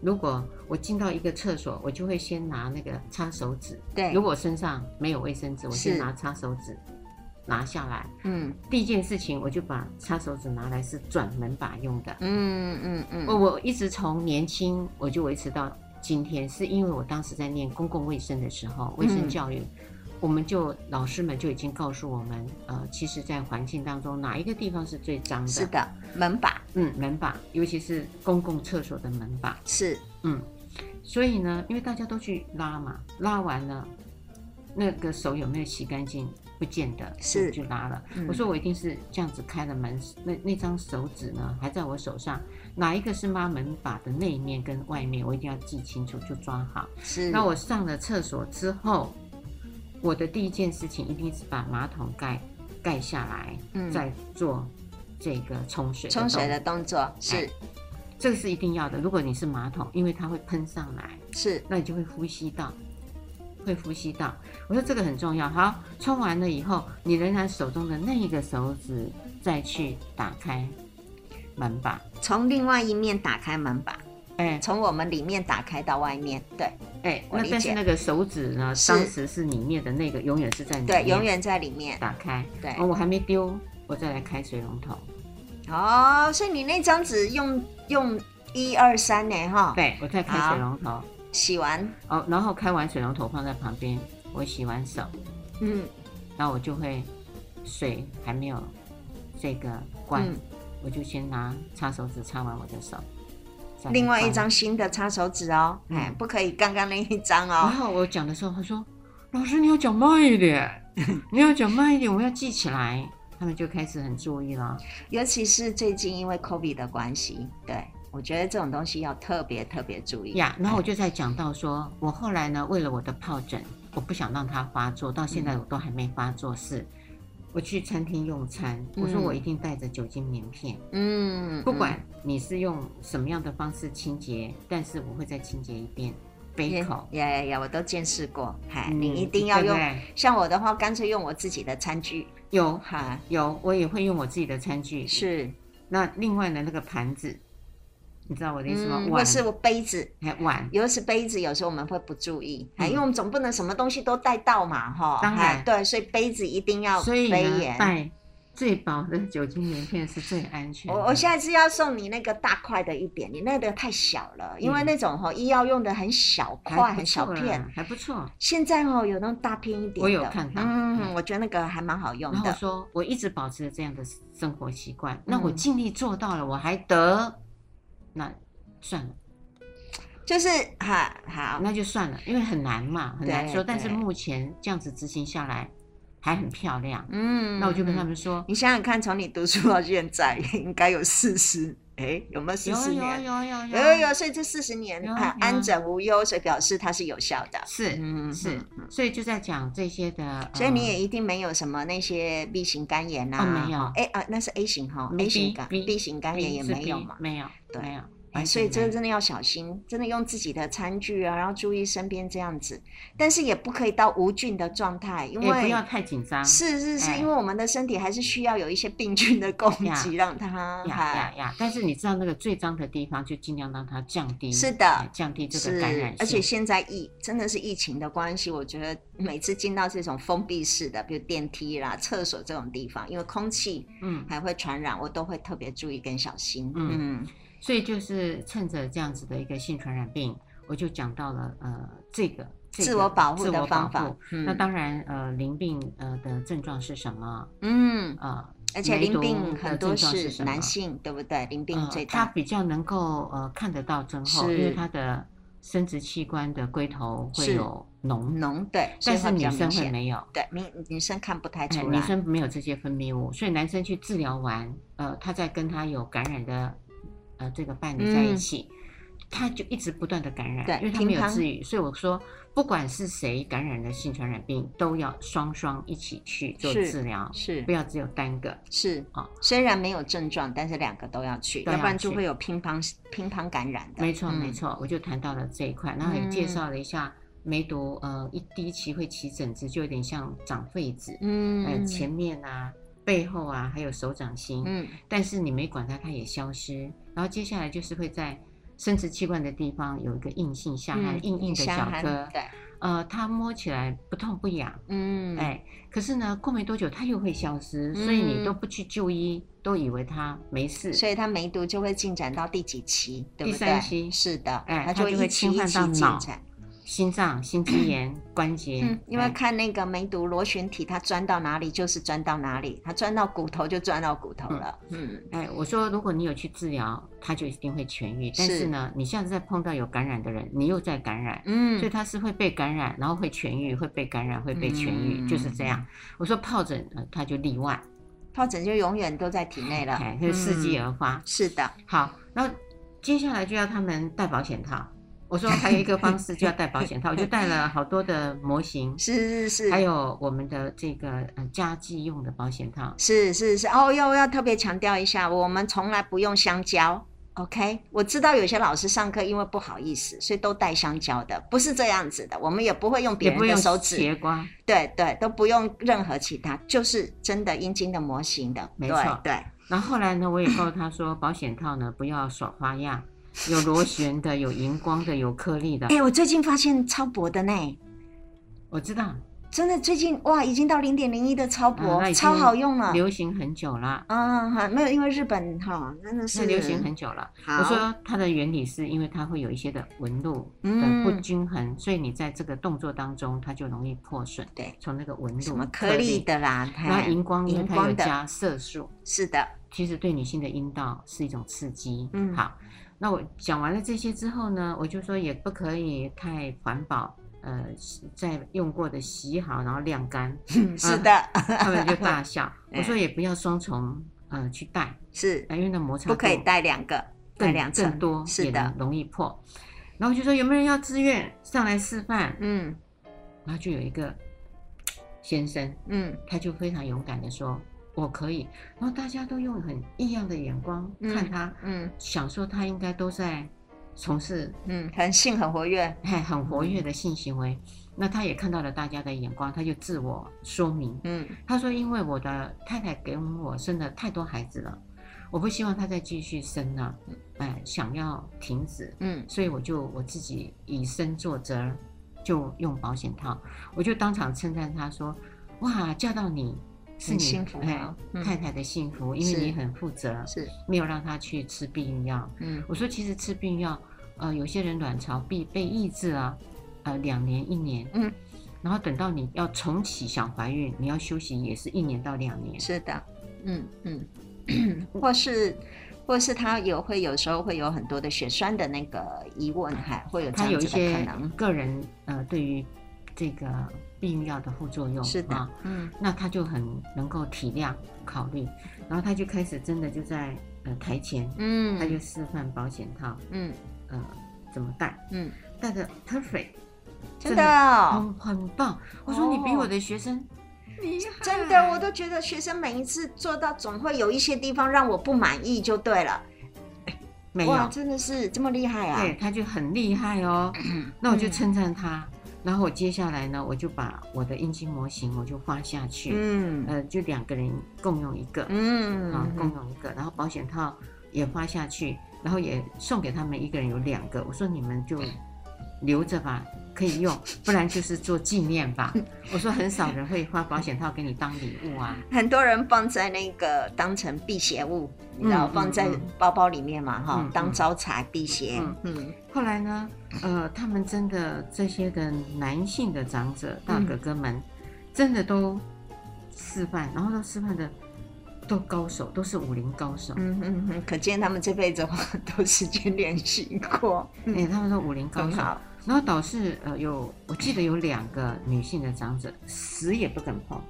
Speaker 1: 如果我进到一个厕所，我就会先拿那个擦手纸。
Speaker 2: 对
Speaker 1: 如，果身上没有卫生纸，我先
Speaker 2: 是
Speaker 1: 拿擦手纸拿下来。
Speaker 2: 嗯
Speaker 1: 第一件事情，我就把擦手纸拿来是转门把用的。
Speaker 2: 嗯嗯嗯，
Speaker 1: 我我一直从年轻我就维持到今天，是因为我当时在念公共卫生的时候，卫
Speaker 2: 嗯
Speaker 1: 生教育，我们就老师们就已经告诉我们，呃，其实，在环境当中哪一个地方是最脏的？
Speaker 2: 是，的，门把
Speaker 1: 嗯，门把，尤其是公共厕所的门把，
Speaker 2: 是
Speaker 1: 嗯，所以呢，因为大家都去拉嘛，拉完了，那个手有没有洗干净？不见得，
Speaker 2: 是
Speaker 1: 就就拉了。
Speaker 2: 嗯
Speaker 1: 我说我一定是这样子开了门，那那张手指呢还在我手上，哪一个是拉门把的内面跟外面，我一定要记清楚，就抓好。
Speaker 2: 是。
Speaker 1: 那我上了厕所之后，我的第一件事情一定是把马桶盖盖下来，
Speaker 2: 嗯
Speaker 1: 再做这个冲水
Speaker 2: 冲水
Speaker 1: 动
Speaker 2: 的
Speaker 1: 作，哎
Speaker 2: 动作是
Speaker 1: 这个是一定要的。如果你是马桶，因为它会喷上来。
Speaker 2: 是
Speaker 1: 那你就会呼吸道，会呼吸道。我说这个很重要。好，冲完了以后，你仍然手中的那一个手指再去打开门把。
Speaker 2: 从另外一面打开门把，
Speaker 1: 哎
Speaker 2: 从我们里面打开到外面，对
Speaker 1: 哎，
Speaker 2: 我
Speaker 1: 那
Speaker 2: 理
Speaker 1: 但
Speaker 2: 解
Speaker 1: 是那个手指呢，
Speaker 2: 是
Speaker 1: 当时是里面的那个，永远是在里
Speaker 2: 对，
Speaker 1: 面
Speaker 2: 永远在里面，
Speaker 1: 打开。
Speaker 2: 对
Speaker 1: 哦，我还没丢，我再来开水龙头。
Speaker 2: 哦，所以你那张纸用用一二三呢哈，
Speaker 1: 对，我再开
Speaker 2: 好
Speaker 1: 水龙头。
Speaker 2: 洗完，
Speaker 1: 哦，然后开完水龙头放在旁边，我洗完手，
Speaker 2: 嗯
Speaker 1: 然后我就会水还没有这个关。
Speaker 2: 嗯，
Speaker 1: 我就先拿擦手纸擦完我的手，再来
Speaker 2: 另外一
Speaker 1: 放。
Speaker 2: 张新的擦手纸哦，
Speaker 1: 嗯
Speaker 2: 哎，不可以刚刚那一张
Speaker 1: 然
Speaker 2: 哦，
Speaker 1: 后我讲的时候，他说：“老师，你要讲慢一点，你要讲慢一点，我要记起来。”他们就开始很注意了。
Speaker 2: 尤其是最近因为 COVID 的关系，对我觉得这种东西要特别特别注意哎
Speaker 1: 呀然后我就在讲到说，我后来呢，为了我的疱疹，我不想让它发作，到
Speaker 2: 嗯
Speaker 1: 现在我都还没发作。是，我去餐厅用餐，我说
Speaker 2: 嗯
Speaker 1: 我一定带着酒精棉片，
Speaker 2: 嗯，
Speaker 1: 不管你是用什么样的方式清洁，但是我会再清洁一遍。杯口，
Speaker 2: 呀呀呀，我都见识过，哎，
Speaker 1: 嗯
Speaker 2: 你一定要
Speaker 1: 对
Speaker 2: 用
Speaker 1: 不。对
Speaker 2: 像我的话，干脆用我自己的餐具，
Speaker 1: 有
Speaker 2: 哈，
Speaker 1: 有，我也会用我自己的餐具。
Speaker 2: 是，
Speaker 1: 那另外的那个盘子，你知道我的意思吗？
Speaker 2: 嗯，或
Speaker 1: 碗
Speaker 2: 是杯子，
Speaker 1: 还碗，
Speaker 2: 有时杯子有时候我们会不注意，哎，
Speaker 1: 嗯
Speaker 2: 因为我们总不能什么东西都带到嘛，哈，
Speaker 1: 当然
Speaker 2: 哎对，所以杯子一定要
Speaker 1: 所以
Speaker 2: 杯
Speaker 1: 呢，
Speaker 2: 沿。
Speaker 1: 带最薄的酒精棉片是最安全
Speaker 2: 我
Speaker 1: 的。
Speaker 2: 我下次要送你那个大块的一点，你那个太小了，因为
Speaker 1: 嗯
Speaker 2: 那种哈医药用的很小块
Speaker 1: 还不
Speaker 2: 很小
Speaker 1: 错啦
Speaker 2: 片，
Speaker 1: 还不错。
Speaker 2: 现在哦有那种大片一点的，
Speaker 1: 我有看到
Speaker 2: 嗯，
Speaker 1: 嗯
Speaker 2: 我觉得那个还蛮好用
Speaker 1: 然后我
Speaker 2: 的，
Speaker 1: 说，我一直保持着这样的生活习惯，那我
Speaker 2: 嗯
Speaker 1: 尽力做到了，我还得，那算了，
Speaker 2: 就是哈好，
Speaker 1: 那就算了，因为很难嘛，很难
Speaker 2: 对
Speaker 1: 说。但是
Speaker 2: 对
Speaker 1: 目前这样子执行下来，还很漂亮。
Speaker 2: 嗯，
Speaker 1: 那我就跟他
Speaker 2: 嗯。
Speaker 1: 们说，
Speaker 2: 你想想看，从你读书到现在，应该有四十，哎，有没有四
Speaker 1: 有啊
Speaker 2: 十
Speaker 1: 有
Speaker 2: 年？
Speaker 1: 有有
Speaker 2: 有有有，所以这四十年
Speaker 1: 嗯有
Speaker 2: 啊
Speaker 1: 有
Speaker 2: 安枕无忧，所以表示它是有效的。
Speaker 1: 是
Speaker 2: 嗯
Speaker 1: 是，所以就在讲这些的，呃
Speaker 2: 所以你也一定没有什么那些 B 型肝炎呐、
Speaker 1: 哦没有
Speaker 2: 哎啊，那是 A 型哈
Speaker 1: 嗯
Speaker 2: ，A 型肝
Speaker 1: B
Speaker 2: B 型肝炎也没有嘛，
Speaker 1: 没有
Speaker 2: 对
Speaker 1: 没有，
Speaker 2: 哎，
Speaker 1: 完
Speaker 2: 所以
Speaker 1: 全
Speaker 2: 这
Speaker 1: 没
Speaker 2: 个
Speaker 1: 有
Speaker 2: 真的要小心，真的用自己的餐具啊，然后注意身边这样子，但是也不可以到无菌的状态，因
Speaker 1: 也不
Speaker 2: 为
Speaker 1: 要太紧张，
Speaker 2: 是是是，
Speaker 1: 哎
Speaker 2: 因为我们的身体还是需要有一些病菌的 攻
Speaker 1: 呀
Speaker 2: 击，让它
Speaker 1: 呀
Speaker 2: 哈
Speaker 1: 呀呀！但是你知道那个最脏的地方，就尽量让它降低，
Speaker 2: 是的
Speaker 1: 哎降低这个感染
Speaker 2: 而
Speaker 1: 性。
Speaker 2: 且
Speaker 1: 嗯
Speaker 2: 现在疫真的是疫情的关系，我觉得每次进到这种封闭式的，比如电梯啦、厕所这种地方，因为空气
Speaker 1: 嗯，
Speaker 2: 还会传染，我都会特别注意跟小心。
Speaker 1: 嗯
Speaker 2: 嗯
Speaker 1: 所以就是趁着这样子的一个性传染病，我就讲到了呃这个。这
Speaker 2: 自
Speaker 1: 个
Speaker 2: 我保护
Speaker 1: 自
Speaker 2: 的
Speaker 1: 我
Speaker 2: 方
Speaker 1: 保
Speaker 2: 法
Speaker 1: 护
Speaker 2: 嗯
Speaker 1: 那当然，呃，淋病呃的症状是什么？
Speaker 2: 嗯，
Speaker 1: 呃，
Speaker 2: 而且
Speaker 1: 梅
Speaker 2: 淋病
Speaker 1: 毒
Speaker 2: 很
Speaker 1: 的
Speaker 2: 多
Speaker 1: 症状是什么
Speaker 2: 男性，对不对？淋病
Speaker 1: 呃
Speaker 2: 最
Speaker 1: 他
Speaker 2: 大。
Speaker 1: 比较能够呃看得到症候，因
Speaker 2: 是
Speaker 1: 为他的生殖器官的龟头会
Speaker 2: 是
Speaker 1: 有脓，
Speaker 2: 浓对，所以
Speaker 1: 但
Speaker 2: 会
Speaker 1: 是
Speaker 2: 比较
Speaker 1: 女
Speaker 2: 明
Speaker 1: 生会
Speaker 2: 显。
Speaker 1: 没有，
Speaker 2: 对，女女生看不太
Speaker 1: 哎
Speaker 2: 出来。
Speaker 1: 女生没有这些分泌物，所以男生去治疗完，呃，他在跟他有感染的呃这个伴侣在一
Speaker 2: 嗯
Speaker 1: 起。他就一直不断的感染，
Speaker 2: 对
Speaker 1: 因为他
Speaker 2: 乒
Speaker 1: 没有
Speaker 2: 乓
Speaker 1: 治愈，所以我说，不管是谁感染了性传染病，都要双双一起去做
Speaker 2: 是
Speaker 1: 治疗，
Speaker 2: 是
Speaker 1: 不要只有单个。
Speaker 2: 是
Speaker 1: 啊
Speaker 2: 虽然没有症状，但是两个都要去，
Speaker 1: 都
Speaker 2: 要不
Speaker 1: 要
Speaker 2: 然就
Speaker 1: 去
Speaker 2: 会有乒乓乒乓感染的。
Speaker 1: 没错，
Speaker 2: 嗯
Speaker 1: 没错，我就谈到了这一块，然后也介
Speaker 2: 嗯
Speaker 1: 绍了一下梅毒，呃，一第一期会起疹子，就有点像长痱子，
Speaker 2: 嗯，
Speaker 1: 呃，前面啊、背后啊，还有手掌心，
Speaker 2: 嗯
Speaker 1: 但是你没管它，它也消失。然后接下来就是会在生殖器官的地方有一个硬性下颌，
Speaker 2: 嗯
Speaker 1: 硬硬的
Speaker 2: 香
Speaker 1: 小
Speaker 2: 汗
Speaker 1: 颗，
Speaker 2: 对，
Speaker 1: 呃，它摸起来不痛不痒，
Speaker 2: 嗯，
Speaker 1: 哎，可是呢，过没多久它又会消失，所以你都
Speaker 2: 嗯
Speaker 1: 不去就医，都以为它没事，
Speaker 2: 所以它梅毒就会进展到第几期，
Speaker 1: 第
Speaker 2: 对不对？
Speaker 1: 三期
Speaker 2: 是的，
Speaker 1: 哎它
Speaker 2: 它就
Speaker 1: 就
Speaker 2: 一
Speaker 1: 会
Speaker 2: 期
Speaker 1: 侵
Speaker 2: 一
Speaker 1: 犯
Speaker 2: 期
Speaker 1: 到
Speaker 2: 进
Speaker 1: 脑
Speaker 2: 展。
Speaker 1: 心脏、心肌炎、关节，
Speaker 2: 嗯，因为
Speaker 1: 哎
Speaker 2: 看那个梅毒螺旋体，它钻到哪里就是钻到哪里，它钻到骨头就钻到骨头了。嗯，
Speaker 1: 哎，我说如果你有去治疗，它就一定会痊愈。但
Speaker 2: 是
Speaker 1: 是呢，你下次再碰到有感染的人，你又再感染，所以
Speaker 2: 嗯，
Speaker 1: 它是会被感染，然后会痊愈，会被感染，会被痊愈，就是这
Speaker 2: 嗯
Speaker 1: 样。我说疱疹，呃，它就例外，
Speaker 2: 疱疹就永远都在体内了
Speaker 1: 哎，，就伺机
Speaker 2: 嗯
Speaker 1: 而发。
Speaker 2: 是的，
Speaker 1: 好，然后接下来就要他们戴保险套。我说还有一个方式就要戴保险套，我就带了好多的模型，
Speaker 2: 是是是，
Speaker 1: 还有我们的这个呃家计用的保险套。
Speaker 2: 是是是哦，要要特别强调一下，我们从来不用香蕉。OK，我知道有些老师上课因为不好意思，所以都带香蕉的，不是这样子的，我们也不会用别
Speaker 1: 也不
Speaker 2: 人
Speaker 1: 用
Speaker 2: 的手指，
Speaker 1: 斜刮，
Speaker 2: 对对，都不用任何其他，就是真的阴茎的模型的，
Speaker 1: 没
Speaker 2: 对
Speaker 1: 错
Speaker 2: 对，
Speaker 1: 然后后来呢，我也告诉他说，保险套呢不要耍花样，有螺旋的，有荧光的，有颗粒的。
Speaker 2: 哎、我最近发现超薄的呢，
Speaker 1: 我知道，
Speaker 2: 真的最近哇，已经到零点零一的超
Speaker 1: 啊
Speaker 2: 薄，
Speaker 1: 那已经
Speaker 2: 超好用了
Speaker 1: 流行很久了，
Speaker 2: 啊！哈、没有，因为日本哈真的
Speaker 1: 是
Speaker 2: 是
Speaker 1: 流行很久了。
Speaker 2: 好，
Speaker 1: 我说它的原理是因为它会有一些的纹路
Speaker 2: 嗯
Speaker 1: 的不均衡，所以你在这个动作当中，它就容易破损。
Speaker 2: 对，
Speaker 1: 从那个纹路、
Speaker 2: 什么颗粒，的啦，
Speaker 1: 然
Speaker 2: 哈
Speaker 1: 后荧光，因为
Speaker 2: 荧
Speaker 1: 它有
Speaker 2: 光的
Speaker 1: 加色素，
Speaker 2: 是的，
Speaker 1: 其实对女性的阴道是一种刺激。
Speaker 2: 嗯
Speaker 1: 好，那我讲完了这些之后呢，我就说也不可以太环保，呃，洗在用过的洗好然后晾 干，
Speaker 2: 嗯是的，
Speaker 1: 他们就大笑。
Speaker 2: 嗯
Speaker 1: 我说也不要双重呃去戴，
Speaker 2: 是
Speaker 1: 呃因为那摩擦
Speaker 2: 不可以
Speaker 1: 度
Speaker 2: 带两个，带
Speaker 1: 更
Speaker 2: 两层
Speaker 1: 更多，
Speaker 2: 是
Speaker 1: 也
Speaker 2: 的
Speaker 1: 能，容易破。然后我就说有没有人要自愿上来示范？
Speaker 2: 嗯
Speaker 1: 然后就有一个先生，
Speaker 2: 嗯
Speaker 1: 他就非常勇敢的说。我可以，然后大家都用很异样的眼光
Speaker 2: 嗯
Speaker 1: 看他，
Speaker 2: 嗯，
Speaker 1: 想说他应该都在从事
Speaker 2: 嗯，很性很活跃，
Speaker 1: 哎很活
Speaker 2: 嗯
Speaker 1: 跃的性行为。那他也看到了大家的眼光，他就自我说明，
Speaker 2: 嗯
Speaker 1: 他说：“因为我的太太给我生了太多孩子了，我不希望她再继续生了，哎，想要停止，
Speaker 2: 嗯
Speaker 1: 所以我就我自己以身作则，就用保险套。我就当场称赞她说：‘哇，叫到你是
Speaker 2: 很
Speaker 1: 你
Speaker 2: 幸福啊
Speaker 1: 哎
Speaker 2: 嗯
Speaker 1: 太太的幸福，因
Speaker 2: 是
Speaker 1: 为你很负责，
Speaker 2: 是
Speaker 1: 没有让她去吃避孕药。’
Speaker 2: 嗯
Speaker 1: 我说其实吃避孕药，呃，有些人卵巢壁被抑制啊，呃，两年一年，
Speaker 2: 嗯，
Speaker 1: 然后等到你要重启想怀孕，你要休息也是一年到两年，
Speaker 2: 是的，嗯嗯，或是。或是他有会有时候会有很多的血栓的那个疑问，还会有这
Speaker 1: 他有
Speaker 2: 样
Speaker 1: 一
Speaker 2: 子的可
Speaker 1: 些
Speaker 2: 能，
Speaker 1: 个人呃对于这个避孕药的副作用，
Speaker 2: 是的
Speaker 1: 啊，，
Speaker 2: 嗯
Speaker 1: 那他就很能够体谅考虑，然后他就开始真的就在呃台前，
Speaker 2: 嗯，
Speaker 1: 他就示范保险套
Speaker 2: 嗯
Speaker 1: 呃怎么戴，
Speaker 2: 嗯，
Speaker 1: 戴的 perfect，
Speaker 2: 真的哦，
Speaker 1: 很很棒，我说你比我的学生。厉害
Speaker 2: 真的，我都觉得学生每一次做到，总会有一些地方让我不满意，就对了。
Speaker 1: 没有
Speaker 2: 哇，，真的是这么厉害啊！
Speaker 1: 对，他就很厉害 哦。那我
Speaker 2: 嗯
Speaker 1: 就称赞他，然后我接下来呢，我就把我的阴茎模型我就画下去，
Speaker 2: 嗯
Speaker 1: 呃，就两个人共用一个，
Speaker 2: 嗯
Speaker 1: 啊，共用一个，然后保险套也画下去，然后也送给他们一个人有两个，我说你们
Speaker 2: 嗯
Speaker 1: 就留着吧。可以用，不然就是做纪念吧。我说很少人会花保险套给你当礼物啊。
Speaker 2: 很多人放在那个当成辟邪物，你知道，
Speaker 1: 嗯
Speaker 2: 放在
Speaker 1: 嗯嗯
Speaker 2: 包包里面嘛，哈、
Speaker 1: 嗯
Speaker 2: 当
Speaker 1: 嗯
Speaker 2: 招财辟邪。嗯
Speaker 1: 后来呢，呃，他们真的这些的男性的长者
Speaker 2: 嗯
Speaker 1: 大哥哥们，真的都示范，然后都示范的都高手，都是武林高手。
Speaker 2: 嗯嗯嗯，可见他们这辈子花很多时间练习过，嗯
Speaker 1: 哎、他们都武林高
Speaker 2: 很
Speaker 1: 手。
Speaker 2: 好。
Speaker 1: 然后导致呃有，我记得有两个女性的长者死也不肯碰，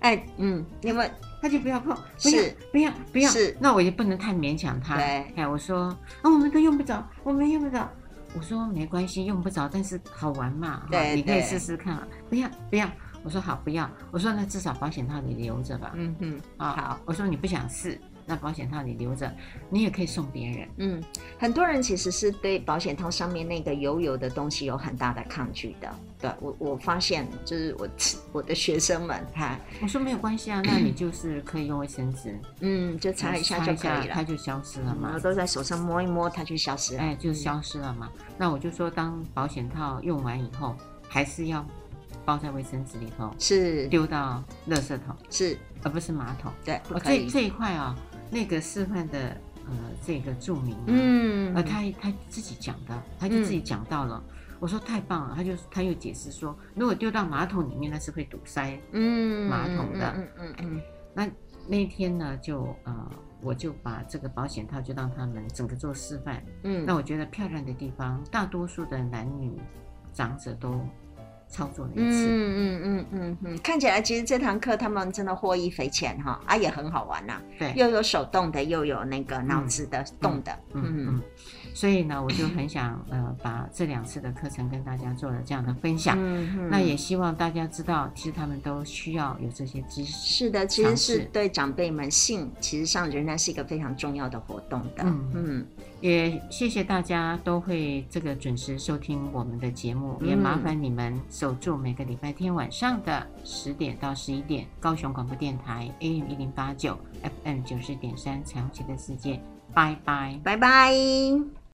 Speaker 2: 哎，嗯，因为
Speaker 1: 他就不要碰，不要
Speaker 2: 是
Speaker 1: 不要不要。
Speaker 2: 是
Speaker 1: 那我也不能太勉强他。
Speaker 2: 对
Speaker 1: 哎，我说啊，我们都用不着，我们用不着。我说没关系，用不着，但是好玩嘛，哈
Speaker 2: 对
Speaker 1: 你可以
Speaker 2: 对
Speaker 1: 试试看啊。不要不要，我说好不要，我说那至少保险套你留着吧。
Speaker 2: 嗯嗯，
Speaker 1: 啊
Speaker 2: 好，
Speaker 1: 我说你不想试，那保险套你留着，你也可以送别人。
Speaker 2: 嗯，很多人其实是对保险套上面那个油油的东西有很大的抗拒的。对我，我发现就是我我的学生们哈，
Speaker 1: 我说没有关系啊，那你就是可以用卫生纸
Speaker 2: 嗯，就擦一下就可以
Speaker 1: 它
Speaker 2: 了。嗯
Speaker 1: 就消失了
Speaker 2: 然
Speaker 1: 嘛
Speaker 2: 后。都在手上摸一摸，它就消失了。
Speaker 1: 哎，就
Speaker 2: 嗯
Speaker 1: 消失了嘛。那我就说，当保险套用完以后，还是要包在卫生纸里头，
Speaker 2: 是
Speaker 1: 丢到垃圾桶，
Speaker 2: 是，
Speaker 1: 而不是马桶。
Speaker 2: 对，不
Speaker 1: 哦，
Speaker 2: 可
Speaker 1: 这
Speaker 2: 以。
Speaker 1: 这一块啊、那个示范的呃这个著名、啊，，
Speaker 2: 嗯
Speaker 1: 呃，他他自己讲的，他就自己讲到了。我说太棒了，他就他又解释说，如果丢到马桶里面，那是会堵塞。
Speaker 2: 嗯
Speaker 1: 马桶的
Speaker 2: 嗯嗯嗯
Speaker 1: 那那一天呢，就呃，我就把这个保险套就让他们整个做示范。
Speaker 2: 嗯
Speaker 1: 那
Speaker 2: 嗯
Speaker 1: 我觉得漂亮的地方，大多数的男女长者都操作了一次。
Speaker 2: 嗯嗯嗯嗯嗯，看起来其实这堂课他们真的获益匪浅哈，啊也很好玩呐，
Speaker 1: 对，
Speaker 2: 又有手动的，又有那个脑子的动的，
Speaker 1: 嗯嗯。所以呢，我就很想呃，把这两次的课程跟大家做了这样的分享。
Speaker 2: 嗯
Speaker 1: 那也希望大家知道，其实他们都需要有这些知识。
Speaker 2: 是的，其实
Speaker 1: 尝
Speaker 2: 是
Speaker 1: 试
Speaker 2: 对长辈们性，其实上仍然是一个非常重要的活动的。
Speaker 1: 嗯
Speaker 2: 嗯，
Speaker 1: 也谢谢大家都会这个准时收听我们的节目，
Speaker 2: 嗯
Speaker 1: 也麻烦你们守住每个礼拜天晚上的十点到十一点，高雄广播电台 AM 一零八九 FM 九十点三《彩虹旗的世界》，拜拜。
Speaker 2: 拜拜。